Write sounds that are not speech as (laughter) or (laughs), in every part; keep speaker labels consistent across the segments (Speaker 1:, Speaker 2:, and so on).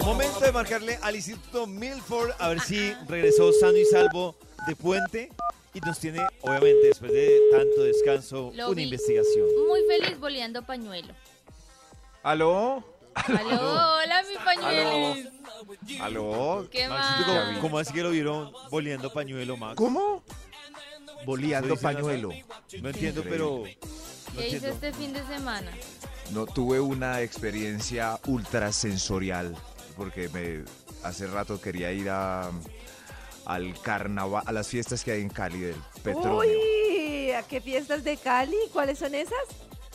Speaker 1: Momento de marcarle al Instituto Milford a ver si regresó sano y salvo de puente y nos tiene, obviamente, después de tanto descanso,
Speaker 2: Lo
Speaker 1: una
Speaker 2: vi.
Speaker 1: investigación.
Speaker 2: Muy feliz boleando pañuelo.
Speaker 3: ¿Aló? (laughs)
Speaker 2: Aló, hola mi pañuelis.
Speaker 3: ¿Aló?
Speaker 2: ¿Qué
Speaker 1: Maxito,
Speaker 3: ya
Speaker 2: más?
Speaker 1: ¿cómo- ¿Cómo así que lo vieron boleando pañuelo, Max?
Speaker 3: ¿Cómo?
Speaker 1: Eso
Speaker 3: Boleando
Speaker 1: dicen
Speaker 3: pañuelo.
Speaker 1: No entiendo, pero... No
Speaker 2: ¿Qué hice
Speaker 1: entiendo.
Speaker 2: este fin de semana?
Speaker 3: No tuve una experiencia ultrasensorial porque me hace rato quería ir a al carnaval, a las fiestas que hay en Cali del petróleo.
Speaker 4: Uy, ¿a qué fiestas de Cali? ¿Cuáles son esas?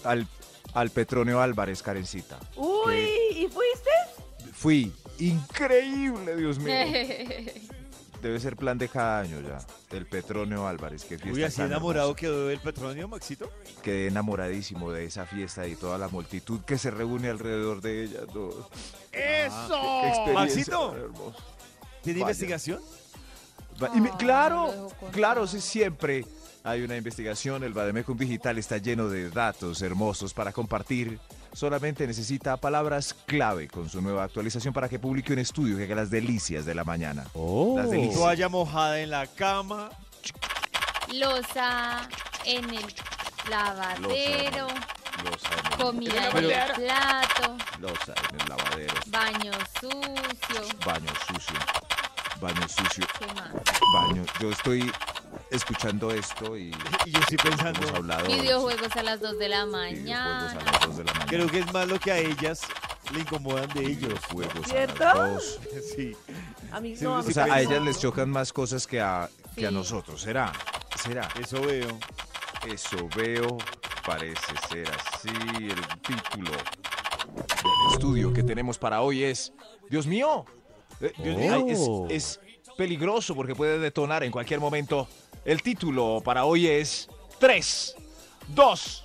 Speaker 3: Al, al Petronio Álvarez, Karencita.
Speaker 4: Uy, ¿y fuiste?
Speaker 3: Fui. Increíble, Dios
Speaker 4: (laughs)
Speaker 3: mío. Debe ser plan de cada año ya. El Petronio Álvarez, que fiesta.
Speaker 1: Uy, así
Speaker 3: tan
Speaker 1: enamorado
Speaker 3: hermosa.
Speaker 1: quedó del Petronio, Maxito.
Speaker 3: Quedé enamoradísimo de esa fiesta y toda la multitud que se reúne alrededor de ella. no. Qué
Speaker 5: ¡Eso!
Speaker 3: experiencia
Speaker 1: Maxito.
Speaker 3: tan hermosa.
Speaker 1: ¿Tiene
Speaker 3: Vaya.
Speaker 1: investigación?
Speaker 3: Va- y me-
Speaker 2: Ah, lo
Speaker 3: claro,
Speaker 2: dejó con-
Speaker 3: claro, sí, siempre hay una investigación. El Bademecum Digital está lleno de datos hermosos para compartir. Solamente necesita palabras clave con su nueva actualización para que publique un estudio que haga las delicias de la mañana. Las delicias.
Speaker 1: Toalla mojada en la cama.
Speaker 2: (laughs)
Speaker 1: (laughs)
Speaker 2: Losa en el lavadero,
Speaker 3: Losa en el-
Speaker 2: comida en el plato,
Speaker 3: losa en el lavadero,
Speaker 2: baño sucio.
Speaker 3: baño sucio, baño sucio,
Speaker 2: ¿Qué más?
Speaker 3: baño. Yo estoy escuchando esto y
Speaker 1: Y yo estoy
Speaker 3: hemos
Speaker 1: pensando,
Speaker 3: hablado.
Speaker 2: Videojuegos a las 2 de la
Speaker 3: videojuegos a
Speaker 2: mañana.
Speaker 3: las dos de la mañana.
Speaker 1: creo que es más lo que a ellas le incomodan de ellos.
Speaker 3: Videojuegos a las
Speaker 4: ¿Cierto?
Speaker 3: dos. (laughs)
Speaker 1: Sí.
Speaker 4: A mí
Speaker 1: Sí,
Speaker 4: no,
Speaker 1: sí,
Speaker 4: a mí
Speaker 3: O sea, a
Speaker 4: no.
Speaker 3: ellas les chocan más cosas que a, que a
Speaker 2: Sí.
Speaker 3: nosotros. ¿Será? ¿Será?
Speaker 1: Eso
Speaker 4: Pues
Speaker 1: veo.
Speaker 3: Eso veo. Parece ser así el título del estudio que tenemos para hoy es... ¡Dios mío! Eh, Dios mío, ay, es, es peligroso porque puede detonar en cualquier momento. El título para hoy es... 3, 2,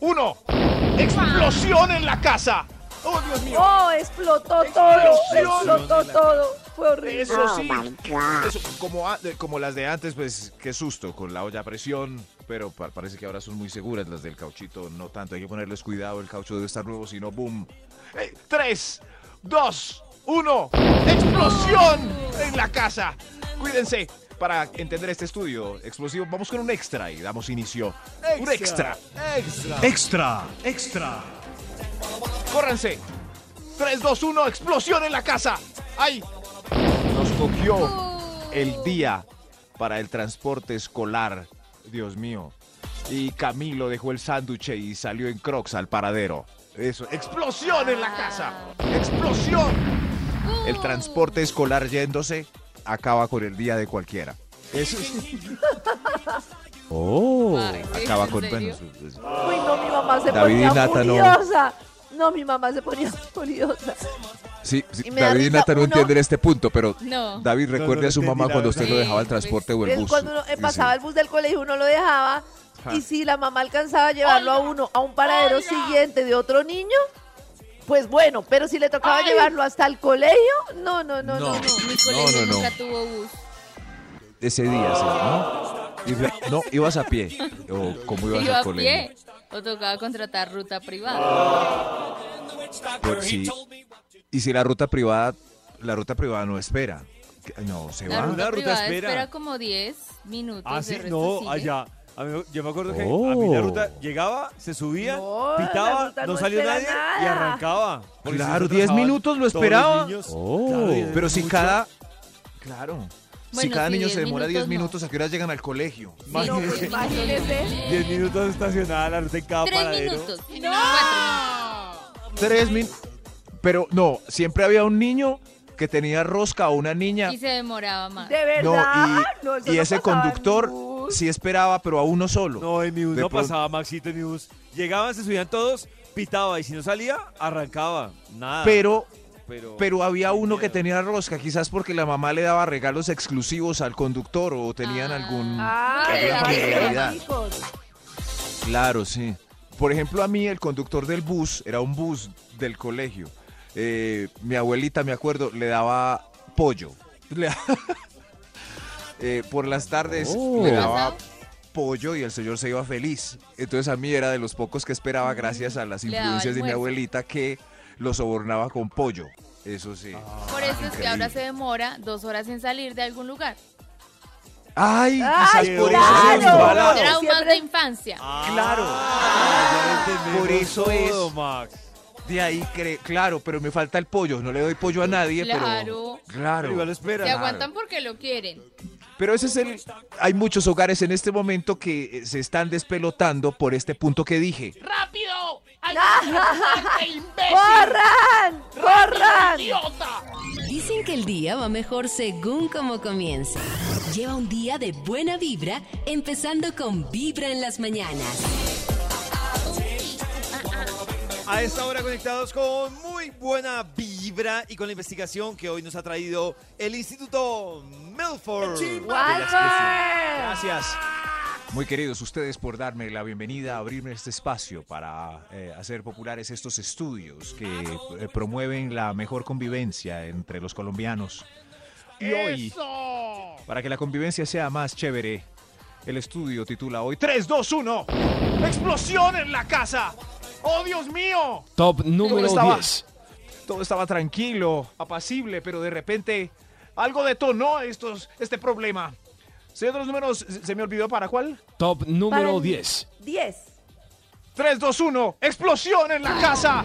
Speaker 3: 1. ¡Explosión en la casa! ¡Oh, Dios mío!
Speaker 4: ¡Oh, explotó todo!
Speaker 3: Explosión
Speaker 4: ¡Explotó todo! Fue horrible.
Speaker 3: Eso sí. Eso, como, a- de- como las de antes, pues qué susto con la olla a presión. Pero pa- parece que ahora son muy seguras las del cauchito. No tanto, hay que ponerles cuidado. El caucho debe estar nuevo, si no, boom. Eh, tres, dos, uno. ¡Explosión en la casa! Cuídense. Para entender este estudio explosivo, vamos con un extra y damos inicio. Un extra.
Speaker 1: Extra.
Speaker 6: Extra, extra.
Speaker 3: Córranse. 3, 2, 1. Explosión en la casa. ¡Ay! Nos cogió.
Speaker 2: Uh,
Speaker 3: el día para el transporte escolar. Dios mío. Y Camilo dejó el sándwich y salió en Crocs al paradero. Eso, explosión en la casa. Explosión.
Speaker 2: uh.
Speaker 3: El transporte escolar yéndose acaba con el día de cualquiera. Eso sí, acaba con bueno, eso- eso-
Speaker 4: Uy, no, mi mamá se
Speaker 3: David y
Speaker 4: ponía
Speaker 3: Nata, no.
Speaker 4: furiosa. No, mi mamá se ponía (laughs) furiosa.
Speaker 3: Sí, sí,
Speaker 4: Y me da
Speaker 3: David y
Speaker 4: risa,
Speaker 3: Nata no
Speaker 4: uno-
Speaker 3: entienden este punto, pero
Speaker 2: No.
Speaker 3: David recuerde
Speaker 1: no
Speaker 3: a su mamá
Speaker 1: entendí, la
Speaker 3: cuando usted lo
Speaker 2: verdad.
Speaker 3: dejaba al transporte o el
Speaker 4: Es
Speaker 3: bus.
Speaker 4: Cuando uno eh,
Speaker 3: Sí,
Speaker 4: pasaba el bus del colegio, uno lo dejaba.
Speaker 3: Ajá.
Speaker 4: Y si la mamá alcanzaba a llevarlo a uno a un paradero siguiente de otro niño, pues bueno. Pero si le tocaba llevarlo hasta el colegio, no, no, no, no. no,
Speaker 2: Mi colegio
Speaker 3: no, no.
Speaker 2: nunca tuvo bus.
Speaker 3: ese día, sí, ¿no? Y fue- no, ibas a pie. O como ibas
Speaker 2: Iba
Speaker 3: al
Speaker 2: a
Speaker 3: colegio.
Speaker 2: pie. O tocaba contratar ruta privada.
Speaker 3: Por si- y si la ruta privada, la ruta privada no espera. Que- No, se
Speaker 2: La
Speaker 3: va.
Speaker 2: ruta,
Speaker 1: ruta
Speaker 2: privada espera.
Speaker 1: espera.
Speaker 2: como 10 minutos.
Speaker 1: Ah,
Speaker 2: el
Speaker 1: sí,
Speaker 2: resto
Speaker 1: no,
Speaker 2: sigue.
Speaker 1: allá.
Speaker 4: ¿eh?
Speaker 1: A mí- yo me acuerdo que a mí
Speaker 3: Oh.
Speaker 1: la ruta llegaba, se subía,
Speaker 4: No, la
Speaker 1: pitaba,
Speaker 4: ruta
Speaker 1: no
Speaker 4: no
Speaker 1: salió
Speaker 4: espera
Speaker 1: nadie y
Speaker 4: nada.
Speaker 1: arrancaba. Porque si
Speaker 3: Claro,
Speaker 1: se
Speaker 3: 10
Speaker 1: atrasaban
Speaker 3: minutos lo
Speaker 1: todos los
Speaker 3: esperaba. Oh.
Speaker 1: niños. Claro, 10
Speaker 3: Pero si
Speaker 1: mucho.
Speaker 3: cada. Claro. si
Speaker 2: Bueno,
Speaker 3: cada
Speaker 2: sí,
Speaker 3: niño
Speaker 2: 10
Speaker 3: se demora
Speaker 2: minutos,
Speaker 3: 10
Speaker 2: no.
Speaker 3: minutos, ¿a qué hora llegan al colegio?
Speaker 1: Más
Speaker 4: no, pues,
Speaker 1: (laughs) de
Speaker 4: imagínese.
Speaker 1: 10 minutos estacionada la ruta en cada
Speaker 2: 3
Speaker 1: paradero.
Speaker 2: minutos. No. Cuatro
Speaker 3: Tres min- Pero no, siempre había un niño que tenía rosca o una niña.
Speaker 2: minutos. Y se demoraba más.
Speaker 4: De
Speaker 3: No,
Speaker 4: verdad.
Speaker 3: y,
Speaker 4: No, eso
Speaker 3: y
Speaker 4: no
Speaker 3: ese
Speaker 4: pasaba en
Speaker 3: conductor
Speaker 4: bus.
Speaker 3: sí esperaba, pero a uno solo.
Speaker 1: No, en mi bus
Speaker 3: De
Speaker 1: no
Speaker 3: pronto-
Speaker 1: pasaba, Maxito, en mi bus. Llegaban, se subían todos pitaba y si no salía, arrancaba. Nada.
Speaker 3: Pero,
Speaker 1: pero,
Speaker 3: pero había uno que
Speaker 1: miedo.
Speaker 3: tenía rosca, quizás porque la mamá le daba regalos exclusivos al conductor o tenían
Speaker 2: Ah.
Speaker 3: algún...
Speaker 4: Ah,
Speaker 3: Qué
Speaker 4: ya,
Speaker 3: barbaridad.
Speaker 4: hijos.
Speaker 3: Claro, sí. Por ejemplo, a mí el conductor del bus era un bus del colegio. Eh, mi abuelita, me acuerdo, le daba pollo. (laughs) Le- Eh, por las tardes le daba pollo y el señor se iba feliz. Entonces a mí era de los pocos que esperaba gracias a las
Speaker 2: Mm. Le daba
Speaker 3: influencias de mi
Speaker 2: almuerzo.
Speaker 3: abuelita que lo sobornaba con pollo. Eso sí.
Speaker 2: Por eso es que
Speaker 3: increíble.
Speaker 2: ahora se demora dos horas en salir de algún lugar.
Speaker 3: ¡Ay!
Speaker 4: Ay,
Speaker 3: quizás por eso se
Speaker 1: los
Speaker 4: claro.
Speaker 1: balados.
Speaker 2: Traumas
Speaker 4: Siempre-
Speaker 2: de infancia.
Speaker 1: Ah,
Speaker 3: Claro.
Speaker 1: ya entendemos
Speaker 3: Por eso es-
Speaker 1: todo, Max.
Speaker 3: De ahí, cre- claro, pero me falta el pollo. No le doy pollo a nadie,
Speaker 2: Claro.
Speaker 3: pero... Claro.
Speaker 1: Pero igual lo espera.
Speaker 2: Se
Speaker 3: Claro.
Speaker 2: aguantan porque lo quieren.
Speaker 3: Pero ese es el. Hay muchos hogares en este momento que eh, se están despelotando por este punto que dije.
Speaker 5: ¡Rápido! ¡Alguien rescate, imbécil!
Speaker 4: ¡Corran! ¡Corran!
Speaker 5: ¡Idiota!
Speaker 7: Dicen que el día va mejor según como comience. Lleva un día de buena vibra, empezando con Vibra en las mañanas.
Speaker 1: A esta hora conectados con muy buena vibra y con la investigación que hoy nos ha traído el Instituto Milford.
Speaker 4: ¡Walter!
Speaker 3: Gracias. Muy queridos ustedes por darme la bienvenida, abrirme este espacio para eh, hacer populares estos estudios que eh, promueven la mejor convivencia entre los colombianos. Y hoy,
Speaker 5: ¡Eso!
Speaker 3: para que la convivencia sea más chévere, el estudio titula hoy 3, 2, 1.
Speaker 5: ¡Explosión en la casa! ¡Oh, Dios mío!
Speaker 6: Top número
Speaker 3: estaba?
Speaker 6: 10.
Speaker 3: Todo estaba tranquilo, apacible, pero de repente algo detonó estos, este problema. Señor de los números, se se me olvidó para cuál.
Speaker 6: Top
Speaker 4: Para
Speaker 6: número
Speaker 4: el-
Speaker 6: 10.
Speaker 4: 10.
Speaker 3: 3, 2, 1, explosión en la casa.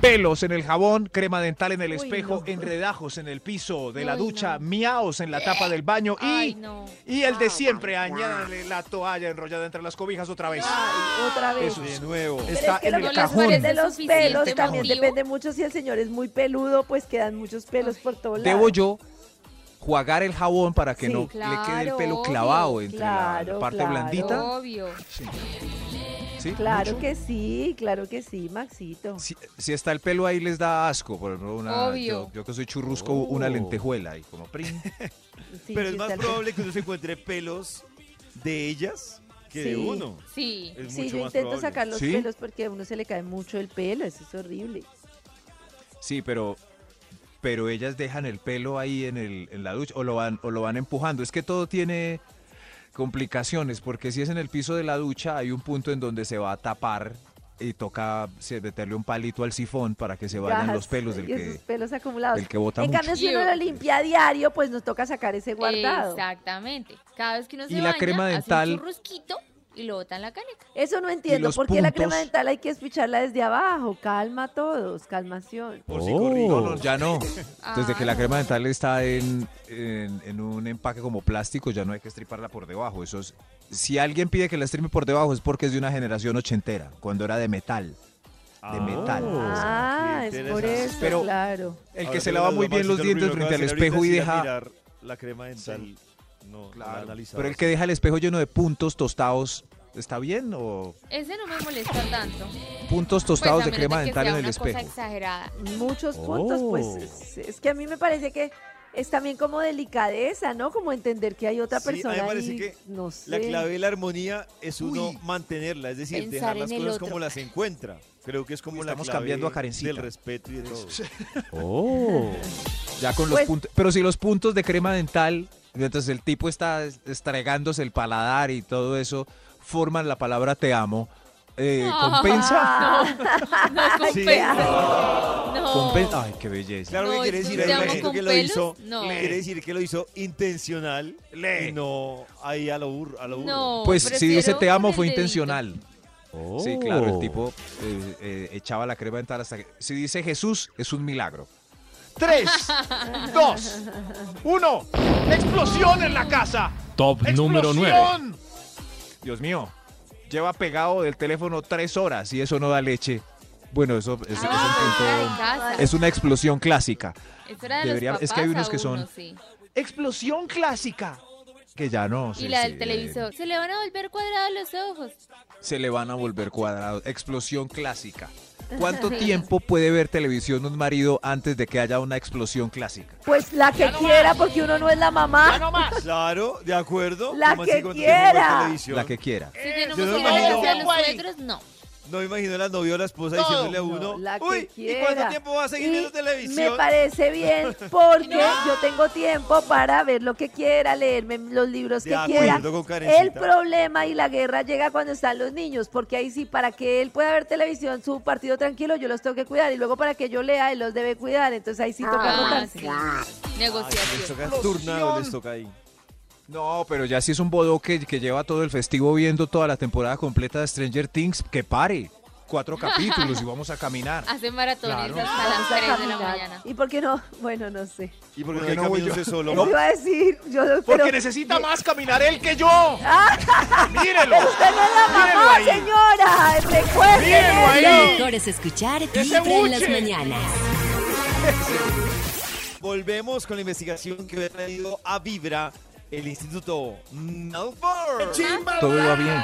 Speaker 3: Pelos en el jabón, crema dental en el
Speaker 4: Uy,
Speaker 3: espejo,
Speaker 4: no.
Speaker 3: enredajos en el piso de la
Speaker 2: Uy,
Speaker 3: ducha,
Speaker 2: no.
Speaker 3: miaos en la tapa del baño y,
Speaker 2: Ay, no.
Speaker 3: y el
Speaker 4: Ah,
Speaker 3: de siempre, añádale la toalla enrollada entre las cobijas otra vez.
Speaker 4: Ay, otra vez.
Speaker 3: Eso
Speaker 1: De
Speaker 3: es.
Speaker 1: nuevo.
Speaker 4: Pero
Speaker 3: Está
Speaker 4: es que
Speaker 3: en
Speaker 4: lo
Speaker 3: el
Speaker 4: que
Speaker 3: cajón.
Speaker 4: nos de los
Speaker 2: Suficiente
Speaker 4: pelos también
Speaker 2: motivo.
Speaker 4: depende mucho. Si el señor es muy peludo, pues quedan muchos pelos por todos lados.
Speaker 3: Debo yo jugar el jabón para que
Speaker 4: Sí,
Speaker 3: no le quede el
Speaker 2: claro,
Speaker 3: pelo clavado entre
Speaker 4: claro,
Speaker 3: la parte
Speaker 4: claro.
Speaker 3: blandita.
Speaker 2: Obvio.
Speaker 3: Sí,
Speaker 4: Claro
Speaker 3: mucho.
Speaker 4: que sí, claro que sí, Maxito.
Speaker 3: Si, si está el pelo ahí les da asco, por ejemplo, una,
Speaker 2: Obvio.
Speaker 3: Yo, yo que soy churrusco,
Speaker 1: Oh.
Speaker 3: una lentejuela y como prin.
Speaker 4: Sí,
Speaker 1: Pero
Speaker 4: sí
Speaker 1: es más
Speaker 4: está el-
Speaker 1: probable que uno se encuentre pelos de ellas que de
Speaker 4: Sí.
Speaker 1: uno.
Speaker 2: Sí.
Speaker 1: Es
Speaker 4: Sí,
Speaker 1: mucho
Speaker 4: yo
Speaker 1: más
Speaker 4: intento
Speaker 1: probable.
Speaker 4: sacar los
Speaker 3: ¿Sí?
Speaker 4: pelos porque a uno se le cae mucho el pelo, eso es horrible.
Speaker 3: Sí, pero pero ellas dejan el pelo ahí en el en la ducha o lo van o lo van empujando. Es que todo tiene complicaciones porque si es en el piso de la ducha hay un punto en donde se va a tapar y toca se- meterle un palito al sifón para que se vayan
Speaker 4: Gajas
Speaker 3: los pelos del
Speaker 4: y esos
Speaker 3: que
Speaker 4: pelos acumulados.
Speaker 3: del que bota
Speaker 4: en
Speaker 3: mucho.
Speaker 4: cambio, si uno lo limpia a diario, pues nos toca sacar ese guardado.
Speaker 2: Exactamente. Cada vez que uno se
Speaker 3: Y la
Speaker 2: baña,
Speaker 3: crema
Speaker 2: hace
Speaker 3: dental.
Speaker 2: un churrusquito y lo botan la caneca.
Speaker 4: Eso no entiendo,
Speaker 3: los
Speaker 4: porque la crema
Speaker 3: puntos?
Speaker 4: dental hay que espicharla desde abajo. Calma a todos, calmación.
Speaker 1: Por si
Speaker 3: No,
Speaker 6: Oh.
Speaker 1: corrido.
Speaker 3: no, ya no. Desde que la
Speaker 2: Ah,
Speaker 3: crema
Speaker 2: no.
Speaker 3: dental está en, en- en un empaque como plástico, ya no hay que estriparla por debajo. Eso es- si alguien pide que la estripe por debajo es porque es de una generación ochentera, cuando era de metal.
Speaker 1: Ah.
Speaker 3: De metal.
Speaker 4: ah,
Speaker 1: qué
Speaker 4: es por
Speaker 1: interesante.
Speaker 4: eso,
Speaker 3: Pero-
Speaker 4: claro.
Speaker 3: El
Speaker 1: Ahora
Speaker 3: que se
Speaker 1: tengo
Speaker 3: lava
Speaker 1: la
Speaker 3: muy
Speaker 1: duda,
Speaker 3: bien los
Speaker 1: Maxito, lo
Speaker 3: dientes
Speaker 1: primero
Speaker 3: frente
Speaker 1: que
Speaker 3: al
Speaker 1: voy a hacer
Speaker 3: espejo y
Speaker 1: ahorita es ir a
Speaker 3: deja...
Speaker 1: mirar la crema dental. No,
Speaker 3: Claro,
Speaker 1: la analizaba.
Speaker 3: pero el que deja el espejo lleno de puntos tostados, ¿está bien? ¿O
Speaker 2: Ah, Ese no me molesta tanto. Pues,
Speaker 3: puntos
Speaker 2: a
Speaker 3: tostados de
Speaker 2: menos
Speaker 3: crema
Speaker 2: que
Speaker 3: dental
Speaker 2: sea
Speaker 3: en el
Speaker 2: una
Speaker 3: espejo?
Speaker 2: cosa exagerada.
Speaker 4: Muchos puntos, pues
Speaker 3: Oh.
Speaker 4: es, es que a mí me parece que es también como delicadeza, ¿no? Como entender que hay otra
Speaker 1: Sí, a mí me
Speaker 4: persona
Speaker 1: parece
Speaker 4: ahí,
Speaker 1: que
Speaker 4: no sé.
Speaker 1: La clave de la armonía es uno mantenerla, es decir,
Speaker 2: Pensar
Speaker 1: dejar las
Speaker 2: en el
Speaker 1: cosas
Speaker 2: otro.
Speaker 1: como las encuentra. Creo que es como
Speaker 3: Uy,
Speaker 1: la
Speaker 3: estamos
Speaker 1: clave
Speaker 3: cambiando a Karencita.
Speaker 1: del respeto y de todo.
Speaker 3: Ya con los
Speaker 4: Pues-
Speaker 3: puntos. Pero si los puntos de crema dental, mientras el tipo está estregándose el paladar y todo eso, forman la palabra te amo. eh,
Speaker 2: Ah.
Speaker 3: ¿Compensa?
Speaker 2: (laughs) No
Speaker 4: Ah.
Speaker 2: compensa. (laughs) No.
Speaker 3: Compen- Ay, qué belleza.
Speaker 1: Claro que
Speaker 2: No,
Speaker 1: quiere
Speaker 2: es
Speaker 1: decir
Speaker 2: un
Speaker 1: ahí,
Speaker 2: llamo
Speaker 1: Maxito,
Speaker 2: con
Speaker 1: que lo
Speaker 2: pelos,
Speaker 1: hizo,
Speaker 2: no.
Speaker 1: quiere decir que lo hizo intencional
Speaker 3: Le.
Speaker 1: y no ahí a lo burro, a lo burro.
Speaker 2: No,
Speaker 3: pues si dice
Speaker 2: prefiero
Speaker 3: te amo
Speaker 2: con
Speaker 3: fue
Speaker 2: el dedito.
Speaker 3: intencional. Sí, claro, el tipo eh, eh, echaba la crema dental hasta que... Si dice Jesús, es un milagro.
Speaker 5: 3, 2, 1. ¡Explosión en la casa!
Speaker 6: Top número 9.
Speaker 5: ¡Explosión!
Speaker 3: Dios mío, lleva pegado del teléfono tres horas y eso no da leche. Bueno, eso es, es un
Speaker 2: Ah,
Speaker 3: punto-
Speaker 2: en casa.
Speaker 3: es una explosión clásica.
Speaker 2: Eso era de
Speaker 3: Debería-
Speaker 2: los papás
Speaker 3: es que hay unos
Speaker 2: a
Speaker 3: que son-
Speaker 2: uno, sí.
Speaker 5: ¡Explosión clásica!
Speaker 3: que ya no.
Speaker 2: y
Speaker 3: sí,
Speaker 2: la del
Speaker 3: sí, eh,
Speaker 2: televisor. Se le van a volver cuadrados los ojos.
Speaker 3: Se le van a volver cuadrados. Explosión clásica.
Speaker 2: (laughs)
Speaker 3: ¿Cuánto tiempo puede ver televisión un marido antes de que haya una explosión clásica?
Speaker 4: Pues la que quiera, porque uno no es la
Speaker 5: Ya
Speaker 4: mamá.
Speaker 5: no más.
Speaker 1: Claro, de acuerdo.
Speaker 4: La
Speaker 1: ¿Cómo así
Speaker 4: que
Speaker 1: cuando tengo
Speaker 4: quiera.
Speaker 1: la televisión?
Speaker 3: La que quiera.
Speaker 2: Si tenemos
Speaker 1: Eh, yo no me
Speaker 2: que ver
Speaker 1: imagino-
Speaker 2: hacia los
Speaker 5: Guay.
Speaker 2: suegros, no.
Speaker 1: No me imagino la novia o la esposa
Speaker 5: No,
Speaker 1: diciéndole a
Speaker 4: no,
Speaker 1: uno,
Speaker 4: la que
Speaker 1: uy, ¿y
Speaker 4: quiera".
Speaker 1: cuánto tiempo va a seguir
Speaker 4: Y
Speaker 1: viendo televisión?
Speaker 4: Me
Speaker 1: (laughs)
Speaker 4: parece bien porque yo tengo tiempo para ver lo que quiera, leerme los libros
Speaker 1: De
Speaker 4: que
Speaker 1: acuerdo
Speaker 4: quiera.
Speaker 1: con Karencita.
Speaker 4: El problema y la guerra llega cuando están los niños, porque ahí sí, para que él pueda ver televisión, su partido tranquilo, yo los tengo que cuidar. Y luego para que yo lea, él los debe cuidar. Entonces ahí sí toca
Speaker 2: Ah,
Speaker 4: rotar.
Speaker 2: sí.
Speaker 1: Ay, si les
Speaker 2: Negociación.
Speaker 1: toca turna o les toca ahí.
Speaker 3: No, pero ya si es un bodoque que lleva todo el festivo viendo toda la temporada completa de Stranger Things, que pare. Cuatro capítulos y vamos
Speaker 2: (laughs)
Speaker 3: a caminar.
Speaker 2: Hace maratones
Speaker 3: Claro.
Speaker 2: hasta
Speaker 4: Vamos
Speaker 2: las
Speaker 4: a
Speaker 2: 3 de la
Speaker 4: caminar.
Speaker 2: mañana.
Speaker 4: ¿Y por qué no? Bueno, no sé.
Speaker 1: ¿Y por
Speaker 3: ¿Por
Speaker 1: qué
Speaker 3: qué
Speaker 1: no
Speaker 3: no voy
Speaker 1: camino
Speaker 3: yo?
Speaker 1: usted solo?
Speaker 4: Eso iba a decir. Yo, pero,
Speaker 5: Porque necesita más caminar él que yo. Mírelo.
Speaker 4: pero usted no es la
Speaker 5: Mírelo
Speaker 4: mamá,
Speaker 5: ahí.
Speaker 4: señora. Recuerden
Speaker 5: Mírelo ahí.
Speaker 4: eso.
Speaker 5: Sí.
Speaker 7: Lo mejor es escuchar
Speaker 5: ¡Ese
Speaker 7: Vibra en las
Speaker 5: buche!
Speaker 7: mañanas.
Speaker 1: Volvemos con la investigación que ha traído a Vibra el Instituto Malfour.
Speaker 5: Chimba.
Speaker 3: Todo va bien.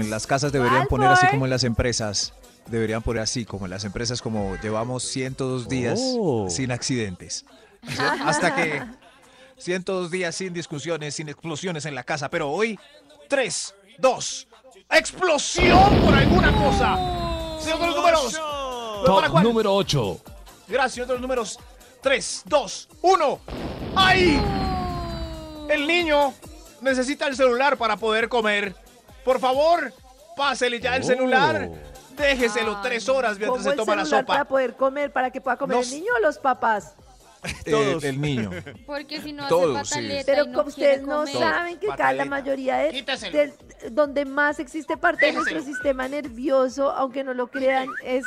Speaker 3: En las casas deberían poner así
Speaker 4: Malfoy.
Speaker 3: como en las empresas. Deberían poner así como en las empresas, como llevamos 102 días sin accidentes. ¿Sí? Hasta que 102 días sin discusiones, sin explosiones en la casa. Pero hoy, 3, 2.
Speaker 5: Explosión por alguna cosa.
Speaker 2: No.
Speaker 5: Señor de los números. ¿Para
Speaker 6: Top
Speaker 5: cuál?
Speaker 6: número 8.
Speaker 5: Gracias, señor de los números. 3, 2, 1. ¡Ahí! El niño necesita el celular para poder comer. Por favor, pásele
Speaker 3: Oh.
Speaker 5: ya el celular. Déjeselo tres horas mientras
Speaker 4: ¿Cómo
Speaker 5: se
Speaker 4: el
Speaker 5: toma la
Speaker 4: celular para
Speaker 5: sopa.
Speaker 4: poder comer? ¿Para que pueda comer
Speaker 3: No
Speaker 4: el
Speaker 3: sé.
Speaker 4: niño o los papás?
Speaker 1: Todos.
Speaker 3: el
Speaker 1: (laughs)
Speaker 3: Eh, niño.
Speaker 2: Porque si no
Speaker 3: Todos,
Speaker 2: hace pataleta
Speaker 4: Pero
Speaker 2: y
Speaker 4: como
Speaker 2: no
Speaker 4: ustedes
Speaker 2: quiere
Speaker 4: no
Speaker 2: comer.
Speaker 4: saben que acá
Speaker 3: pataleta.
Speaker 4: la mayoría de,
Speaker 5: Quítaselo.
Speaker 4: del- donde más existe parte de nuestro
Speaker 5: Déjeselo.
Speaker 4: sistema nervioso, aunque no lo crean, es